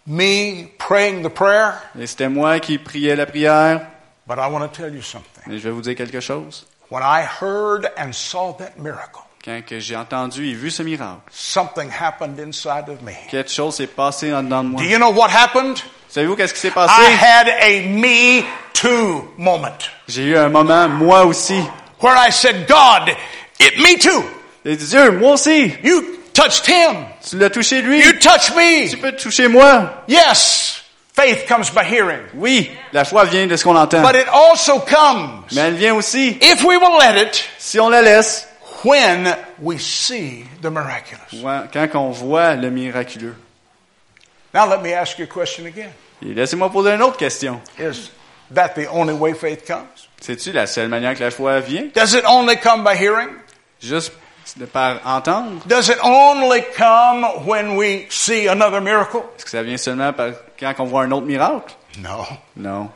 me praying the prayer.
Et c'était moi qui priais la prière.
But I want to tell you something.
Et je vais vous dire quelque chose.
When I heard and saw that miracle,
Quand que j'ai entendu et vu ce miracle,
something happened inside of me.
quelque chose s'est passé en dedans de moi.
Do you know what happened?
Savez-vous qu'est-ce qui s'est
I
passé?
had a me too moment
J'ai eu un moment, moi aussi.
where I said, God, it me too.
J'ai dit, Dieu, moi aussi,
You touched him.
tu l'as touché lui.
You
Tu
touched me.
peux toucher moi.
Yes. Faith comes by hearing.
Oui, la foi vient de ce qu'on entend.
But it also comes,
Mais elle vient aussi,
if we will let it,
si on la laisse,
when we see the miraculous.
ouais, quand on voit le miraculeux.
Now let me ask you a question again.
Et laissez-moi poser une autre question.
Is that the only way faith comes?
C'est-tu la seule manière que la foi vient?
Does it only come by hearing?
Juste de par entendre?
Does it only come when we see another miracle?
Est-ce que ça vient seulement par quand on voit un autre miracle?
No.
Non.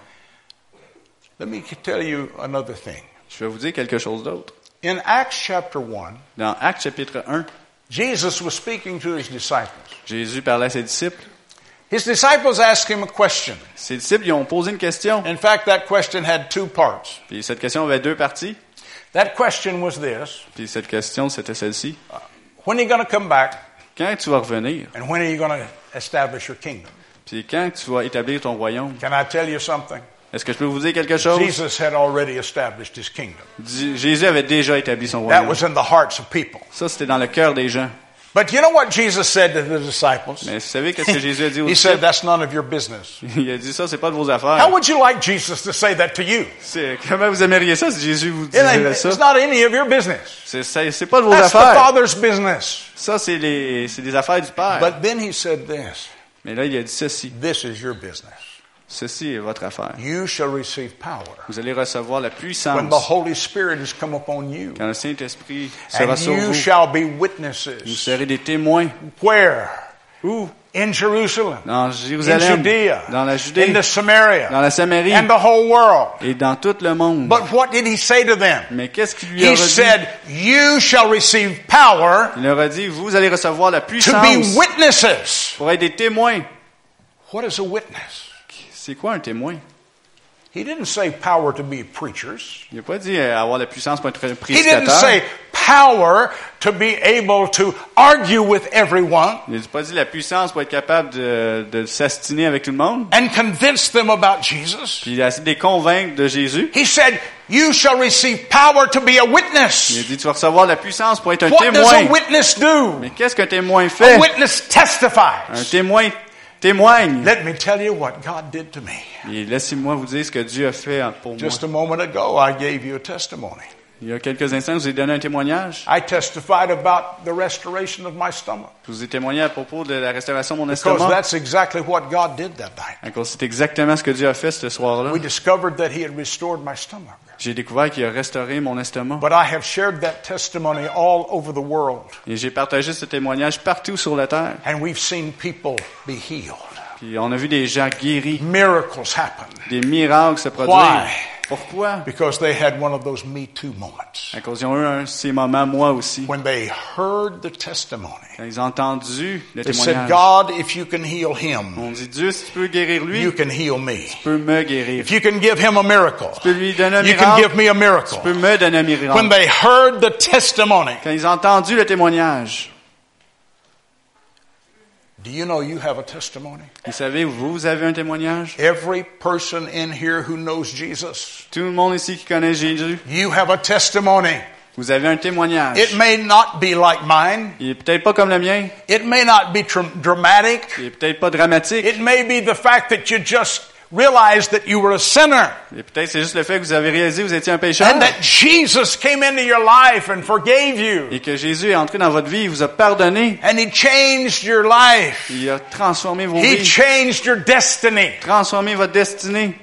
Let me tell you another thing.
Je vais vous dire quelque chose d'autre.
In Acts chapter 1,
Dans Actes chapitre 1,
Jesus was speaking to his disciples.
Jésus parlait à ses disciples.
His disciples asked him a question.
Ses disciples, ils ont posé une question.
In fact, that question had two parts.
Puis cette question avait deux parties.
That question was this
Puis cette question, c'était celle-ci.
When are you going to come back,
Quand tu vas revenir?
and when are you going to establish your kingdom?
Puis quand tu vas établir ton royaume?
Can I tell you something?
Est-ce que je peux vous dire quelque chose?
Jesus had already established his kingdom,
Di- Jésus avait déjà établi son
that
royaume.
was in the hearts of people.
Ça, c'était dans le cœur des gens.
But you know what Jesus said to the disciples?
Mais vous savez qu'est-ce que Jésus a dit aux
He said,
disciples?
That's none of your business.
Il a dit ça, c'est pas de vos
How
affaires.
would you like Jesus to say that to you?
C'est- Comment vous aimeriez ça si Jésus vous
It ain't-
disait ça?
it's not any of your business.
C'est- C'est c'est pas de vos
That's the
affaires.
Father's business.
Ça, c'est les, c'est les affaires du Père.
But then he said this
Mais là, il a dit ceci.
This is your business.
Ceci est votre affaire.
You shall receive power
Vous allez recevoir la
when the
puissance
Holy Spirit has come upon you.
quand le Saint-Esprit sera
And
sur
you
vous.
shall be
Vous
witnesses.
serez des témoins.
Where?
Où?
In Jerusalem,
Dans
in
Jérusalem,
Judea,
dans la
in
Judée,
the
dans
Samaria,
la Samarie
and the whole world.
et dans tout le monde.
But what did he say to them?
Mais qu'est-ce qu'il lui a
He
redit?
said, You shall receive power
Il leur a dit, vous allez recevoir la
to be
puissance
witnesses.
pour être des témoins.
What is a witness?
C'est quoi un témoin?
He didn't say power to be preachers.
Il n'a pas dit euh, avoir la puissance pour être
He didn't
prédicateur.
say power to be able to argue with everyone
Il n'a pas dit la puissance pour être capable de, de s'astiner avec tout le monde.
and convince them about Jesus.
Puis il a essayé de les convaincre de Jésus.
He said, You shall receive power to be a
Il a
witness.
dit, tu vas recevoir la puissance pour être un
What does a
témoin.
witness do?
Mais qu'est-ce qu'un témoin
A
fait?
witness
Un
testifies.
témoin témoigne.
Let me tell you what God did to me.
Et laissez-moi vous dire ce que Dieu a fait pour moi.
Just a moment ago, I gave you a testimony.
Il y a quelques instants, je vous ai donné un témoignage.
I testified about the restoration of my stomach
Je vous ai témoigné à propos de la restauration de mon
because
estomac.
that's exactly what God did that night.
Encore, C'est exactement ce que Dieu a fait ce soir-là.
We discovered that He had restored my stomach.
J'ai découvert qu'il a restauré mon estomac.
But I have shared that testimony all over the world,
Et j'ai partagé ce témoignage partout sur la terre.
and we've seen people be healed.
Puis on a vu des gens guéris,
Miracles happen
des miracles se produire.
Why?
Pourquoi?
because they had one of those Me Too moments.
À cause ils ont eu un- ces moments, moi aussi.
When they heard the testimony,
Quand ils ont entendu le
they said,
témoignage,
God, if you can heal him,
on dit, Dieu, si tu peux guérir lui,
you
tu
can heal me.
peux me guérir.
If you can give him a miracle,
Tu peux lui donner un
you can
miracle,
give me a
tu peux
miracle.
me donner un miracle.
When they heard the testimony,
Quand ils ont entendu le témoignage,
do you know you have a testimony?
vous savez, vous avez un témoignage.
Every person in here who knows Jesus,
Tout le monde ici qui connaît Jésus,
you have a testimony.
vous avez un témoignage.
It may not be like mine.
Il est peut-être pas comme le mien,
It may not be tr- dramatic.
il est peut-être pas dramatique,
It may be the fact that you just realized that you were a sinner
et peut-être c'est juste le fait que vous avez réalisé que vous étiez un pécheur.
and that Jesus came into your life and forgave you
et que Jésus est entré dans votre vie, il vous a pardonné,
and He changed your life.
il a transformé vos
He
vies,
changed your destiny.
transformé votre destinée.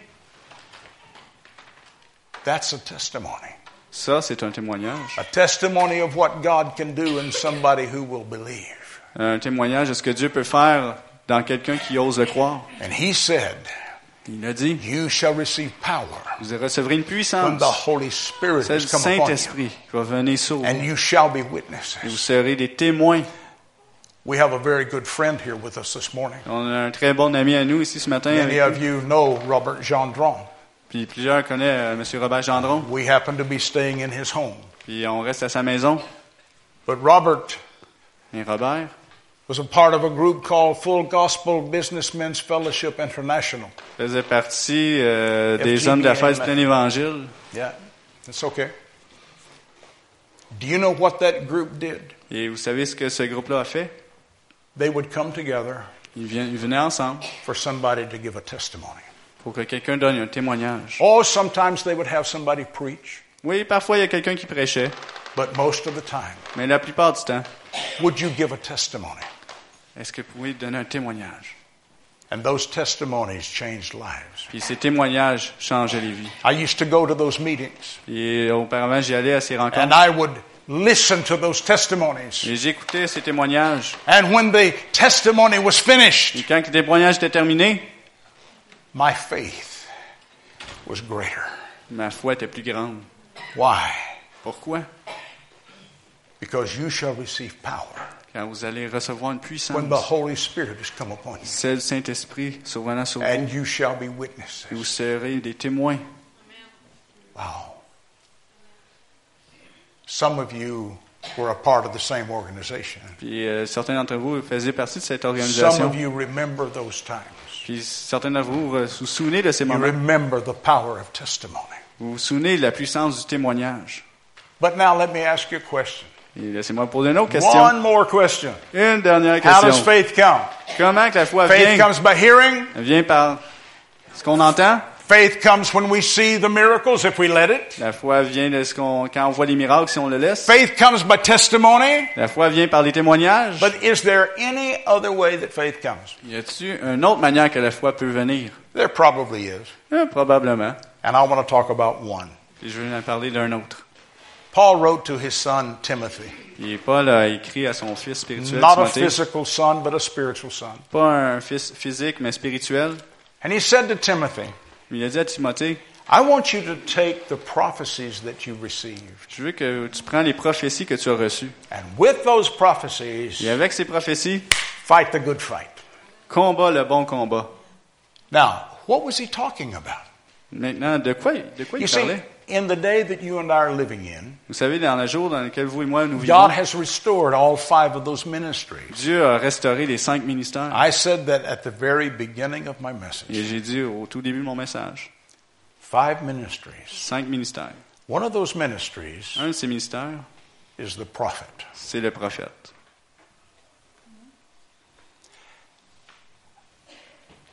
That's a testimony.
Ça, c'est un témoignage.
A testimony of what God can do in somebody who will believe.
Un témoignage de ce que Dieu peut faire dans quelqu'un qui ose le croire.
And He said,
Il a dit,
You shall receive power
vous recevrez une
when the
puissance,
Holy Spirit
celle
has
du
come upon you.
Saint-Esprit qui va venir sur vous.
And you shall be
Et vous
witnesses.
serez des témoins.
We have a very good friend here with us this morning.
On a un très bon ami à nous ici ce matin.
Many
avec
of
nous.
you know Robert Gendron.
Puis plusieurs connaissent euh, M. Robert Gendron.
We happen to be staying in his home.
Puis on reste à sa maison.
But Robert
Et Robert
was a part of a group called Full Gospel Businessmen's Fellowship International.
faisait partie euh, des
FGBM.
hommes d'affaires du plein évangile.
Yeah, that's okay. Do you know what that group did?
Et vous savez ce que ce groupe-là a fait?
They would come together
Ils, viennent, ils venaient ensemble
for somebody to give a testimony.
pour que quelqu'un donne un témoignage.
Oh, sometimes they would have somebody preach,
Oui, parfois il y a quelqu'un qui prêchait,
but most of the time,
mais la plupart du temps,
would you give a testimony?
est-ce que vous pouvez donner un témoignage?
And those testimonies changed lives.
Puis ces témoignages changeaient les vies.
I used to go to those meetings
Et auparavant, j'y allais à ces
and
rencontres
I would listen to those testimonies.
et j'écoutais ces témoignages.
And when the testimony was
Et
finished,
quand le témoignage était terminé,
my faith was greater.
ma foi était plus grande.
Why?
Pourquoi?
Because you shall receive power
Car vous allez recevoir une
when the
puissance,
Holy Spirit has come upon you,
celle du Saint-Esprit survenant sur vous,
and you shall be
et vous
witnesses.
serez des témoins.
Wow. Some of you were a part of the same organization.
Puis euh, certains d'entre vous faisaient partie de cette
Some
organisation.
of you remember those times.
Puis certains d'entre vous euh, vous souvenez de ces
You
moments.
remember the power of testimony.
Vous vous souvenez de la puissance du témoignage.
But now let me ask you a question.
Et laissez-moi poser une autre question.
One more question.
Une dernière
How does
question.
faith come?
Comment que la foi
Faith
vient?
comes by hearing.
Elle vient par ce qu'on entend.
Faith comes when we see the miracles, if we let it.
La foi vient de ce qu'on quand on voit les miracles si on le laisse.
Faith comes by testimony.
La foi vient par les témoignages.
But is there any other way that faith comes?
Y a-t-il une autre manière que la foi peut venir?
There probably is.
Euh, probablement.
And I want to talk about one.
Puis je vais en parler d'un autre.
Paul wrote to his son Timothy,
Et Paul a écrit à son fils spirituel,
not a
Timothée.
physical son, but a spiritual son.
pas un fils physique, mais spirituel.
And he said to Timothy,
Il a dit à Timothée,
I want you to take the prophecies that you received,
je veux que tu prends les prophéties que tu as reçues.
and with those prophecies,
Et avec ces prophéties,
fight the good fight.
combat le bon combat.
Now, what was he talking about?
Maintenant, de quoi, de quoi
You
il
see,
parlait?
in the day that you and I are living in,
Vous savez, dans le jour dans lequel vous et moi nous vivons,
God has restored all five of those ministries.
Dieu a restauré les cinq ministères.
I said that at the very beginning of my message.
Et j'ai dit au tout début de mon message,
Five ministries.
cinq ministères.
One of those ministries
Un de ces ministères,
is the prophet.
c'est le prophète.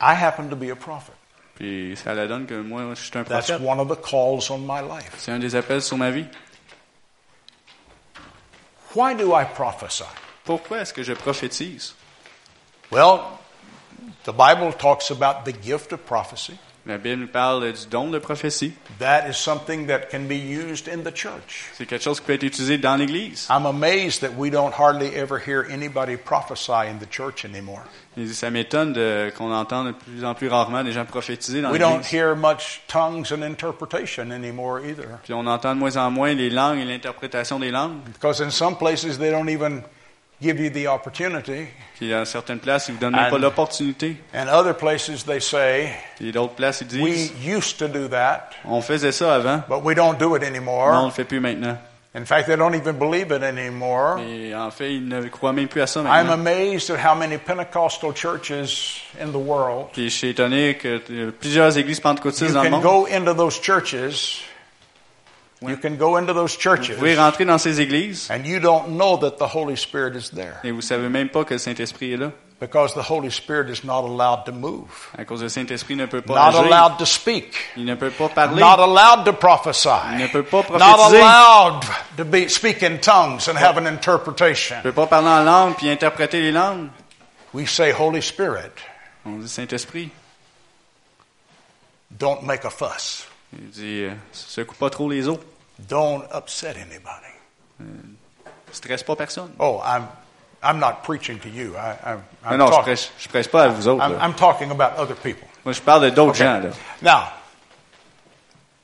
I happen to be a prophet.
Puis ça la donne que moi, je suis un
That's
prophète.
one of the calls on my life.
C'est un des appels sur ma vie.
Why do I prophesy?
Pourquoi est-ce que je prophétise?
Well, the Bible talks about the gift of prophecy.
La Bible nous parle du don de prophétie.
That is something that can be used in the church.
C'est quelque chose qui peut être utilisé dans l'Église.
I'm amazed that we don't hardly ever hear anybody prophesy in the church anymore.
Et ça m'étonne de- qu'on entende de plus en plus rarement des gens prophétiser dans
We don't
l'Église.
hear much tongues and interpretation anymore either.
Puis on entend de moins en moins les langues et l'interprétation des langues.
Because in some places they don't even give you the opportunity,
Puis dans certaines places, ils vous donnent même
And-
pas l'opportunité.
and other places they say,
Puis d'autres places, ils
We
disent,
used to do that,
on faisait ça avant,
but we don't do it
mais on le
anymore.
fait plus maintenant.
In fact, they don't even believe it anymore.
Et en fait, ils ne croient même plus à ça
I'm
maintenant.
amazed at how many Pentecostal churches in the world.
Puis je suis étonné que euh, plusieurs églises
You
pentecôtistes dans le
can
monde,
go into those churches. You can go into those
vous pouvez
churches,
rentrer dans ces églises
and you don't know that the Holy Spirit is there
et vous savez même pas que le Saint-Esprit est là.
because the Holy Spirit is not allowed to move,
À cause du Saint-Esprit, il ne peut pas
not
agir,
allowed to speak,
il ne peut pas parler,
not allowed to
il ne
prophesy,
peut pas
not
prophétiser.
allowed to be, speak in tongues and have an
Je
interpretation.
peux pas parler en langue puis interpréter les langues.
We say, Holy Spirit,
On dit Saint-Esprit.
don't make a fuss,
Il dit euh, secoue pas trop les os.
don't upset anybody.
Stresse pas personne.
Oh, I'm, I'm not preaching to you. I, I'm,
Mais
I'm,
non, je
talking,
prêche, je prêche pas à vous autres.
I'm,
là.
I'm talking about other people.
Moi, je parle de d'autres
Okay.
gens. Là.
Now,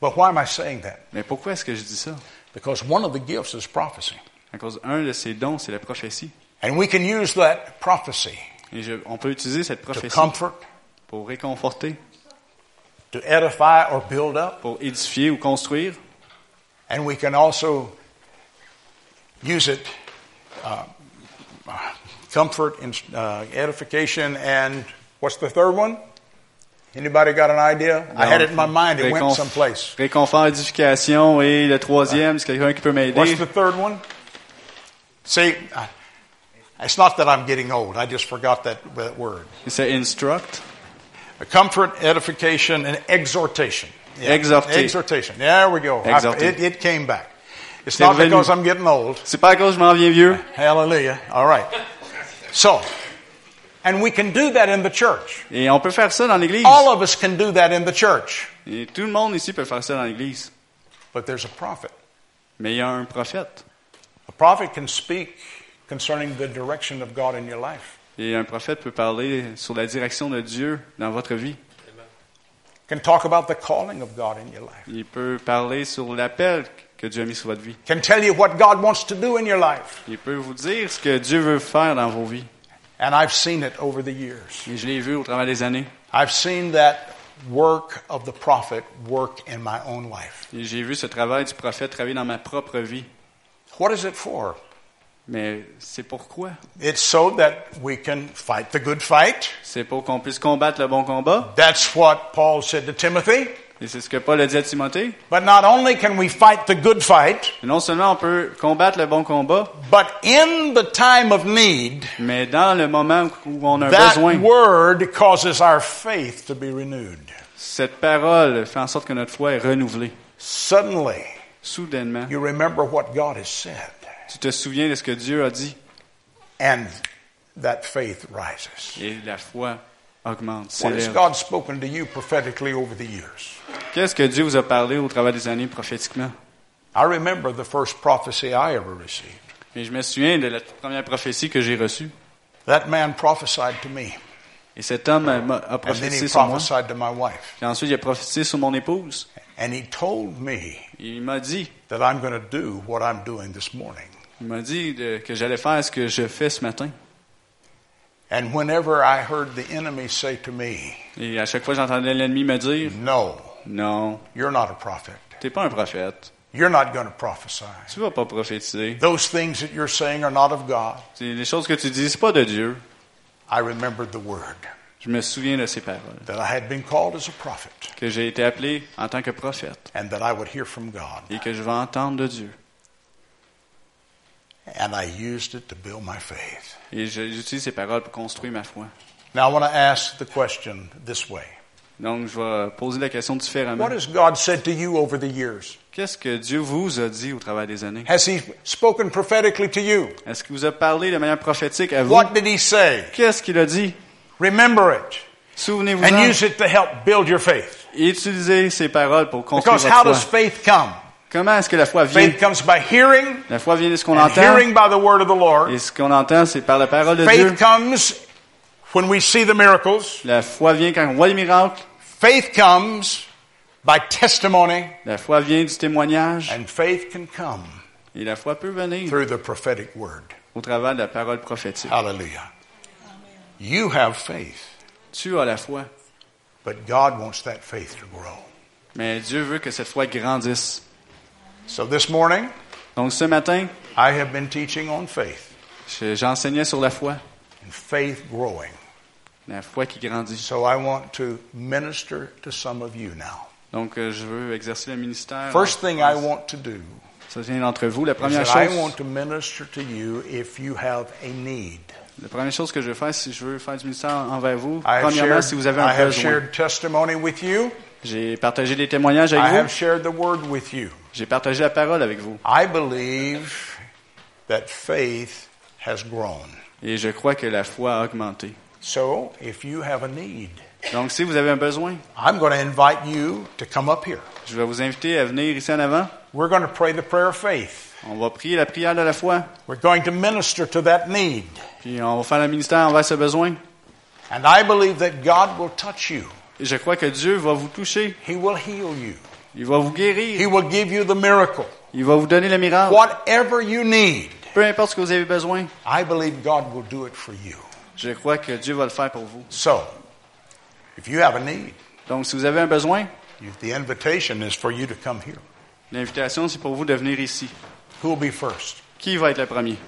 but why am I saying that?
Mais pourquoi est-ce que je dis ça?
Because one of the gifts is prophecy.
À cause un de ces dons, c'est la prophétie.
And we can use that prophecy
Et je- on peut utiliser cette
to
prophétie
comfort,
pour réconforter,
to edify or build up.
pour édifier ou construire.
And we can also use it, uh, uh, comfort, and, uh, edification, and what's the third one? Anybody got an idea? I had it in my mind. It went
Réconf-
someplace.
Réconfort, édification. Et le troisième, c'est quelqu'un qui peut m'aider.
What's the third one? See, I- it's not that I'm getting old. I just forgot that, that word.
C'est instruct.
Comfort, edification, and exhortation.
Exhorter.
Exhortation. There we go. I-
Exhorter.
it, it came back. It's
C'est
not
revenu.
because I'm getting old.
C'est pas à cause que je m'en viens vieux.
Hallelujah. All right. So, and we can do that in the church.
Et on peut faire ça dans l'Église.
All of us can do that in the church.
Et tout le monde ici peut faire ça dans l'Église.
But there's a prophet.
Mais il y a un prophète.
A prophet can speak concerning the direction of God in your life.
Et un prophète peut parler sur la direction de Dieu dans votre vie.
Can talk about the calling of God in your life.
Il peut parler sur l'appel que Dieu a mis sur votre vie.
can tell you what God wants to do in your life.
Il peut vous dire ce que Dieu veut faire dans vos vies.
And I've seen it over the years.
Et je l'ai vu au travers des années.
I've seen that work of the prophet work in my own life.
Et j'ai vu ce travail du prophète travailler dans ma propre vie.
What is it for?
Mais c'est pourquoi?
It's so that we can fight the good fight.
C'est pour qu'on puisse combattre le bon combat.
That's what Paul said to Timothy.
Et c'est ce que Paul a dit à Timothée.
But not only can we fight the good fight,
Et non seulement on peut combattre le bon combat,
but in the time of need,
mais dans le moment où on a
that
besoin,
word causes our faith to be renewed.
cette parole fait en sorte que notre foi est renouvelée.
Suddenly,
Soudainement,
you remember what God has said,
tu te souviens de ce que Dieu a dit
and that faith rises.
et la foi augmente,
What has
s'élève.
God spoken to you prophetically over the years?
Qu'est-ce que Dieu vous a parlé au travers des années prophétiquement?
I remember the first prophecy I ever received.
Et je me souviens de la toute première prophétie que j'ai reçue.
That man prophesied to me,
Et cet homme a, a
and then he
prophétisé sur moi.
prophesied to my wife.
Puis ensuite, il a prophétisé sur mon épouse.
And he told me
Il m'a dit,
that I'm going to do what I'm doing this morning.
il m'a dit de- que j'allais faire ce que je fais ce matin.
And whenever I heard the enemy say to me,
Et à chaque fois, j'entendais l'ennemi me dire,
No,
non,
you're not a prophet,
t'es pas un prophète.
you're not going to prophesy.
Tu vas pas prophétiser.
Those things that you're saying are not of God.
C'est- Les choses que tu dis, c'est pas de Dieu.
I remembered the word
Je me souviens de ces paroles.
that I had been called as a prophet
Que j'ai été appelé en tant que prophète
and that I would hear from God.
et que je vais entendre de Dieu.
And I used it to build my faith.
Et je- j'utilise ces paroles pour construire ma foi.
Now I want to ask the question this way
Donc, je vais poser la question différemment.
What has God said to you over the years?
Qu'est-ce que Dieu vous a dit au travers des années?
Has He spoken prophetically to you?
Est-ce qu'il vous a parlé de manière prophétique à vous?
What did He say?
Qu'est-ce qu'il a dit?
Remember it
Souvenez-vous
and use it to help build your faith.
et utilisez ces paroles pour construire
Because how
votre
does
foi.
faith come?
Comment est-ce que la foi vient?
Faith comes by hearing,
La foi vient de ce qu'on
and
entend.
hearing by the word of the Lord.
Et ce qu'on entend, c'est par la parole de Dieu.
Faith comes when we see the miracles.
La foi vient quand on voit les miracles.
Faith comes by testimony,
La foi vient du témoignage.
and faith can come
Et la foi peut venir
through the prophetic word.
au travers de la parole prophétique.
Hallelujah. You have faith,
Tu as la foi.
but God wants that faith to grow.
Mais Dieu veut que cette foi grandisse.
So this morning,
Donc ce matin,
I have been teaching on faith
je- j'enseignais sur la foi.
and faith growing.
La foi qui grandit.
So I want to minister to some of you now.
Donc euh, je veux exercer le ministère.
First thing I want to do
Ça vient d'entre vous. La
is
première
that I
chose,
want to minister to you if you have a need.
la première chose que je veux faire, si je veux faire du ministère envers vous,
I have
premièrement,
shared,
si vous avez
I
un
have
besoin.
shared testimony with you.
J'ai partagé des témoignages
I
avec
have
vous.
shared the word with you.
J'ai partagé la parole avec vous.
I believe that faith has grown.
Et je crois que la foi a augmenté.
So if you have a need,
Donc, si vous avez un besoin,
I'm going to invite you to come up here.
je vais vous inviter à venir ici en avant.
We're going to pray the prayer of faith.
On va prier la prière de la foi,
We're going to minister to that need.
puis on va faire le ministère envers ce besoin.
And I believe that God will touch you.
Et je crois que Dieu va vous toucher,
He will heal you.
il va vous
He
guérir,
will give you the miracle.
il va vous donner le miracle.
Whatever you need,
Peu importe ce que vous avez besoin,
I believe God will do it for you.
je crois que Dieu va le faire pour vous.
So, if you have a need,
Donc, si vous avez un besoin,
you- the invitation is for you to come here.
l'invitation, c'est pour vous de venir ici.
Who will be first?
Qui va être le premier?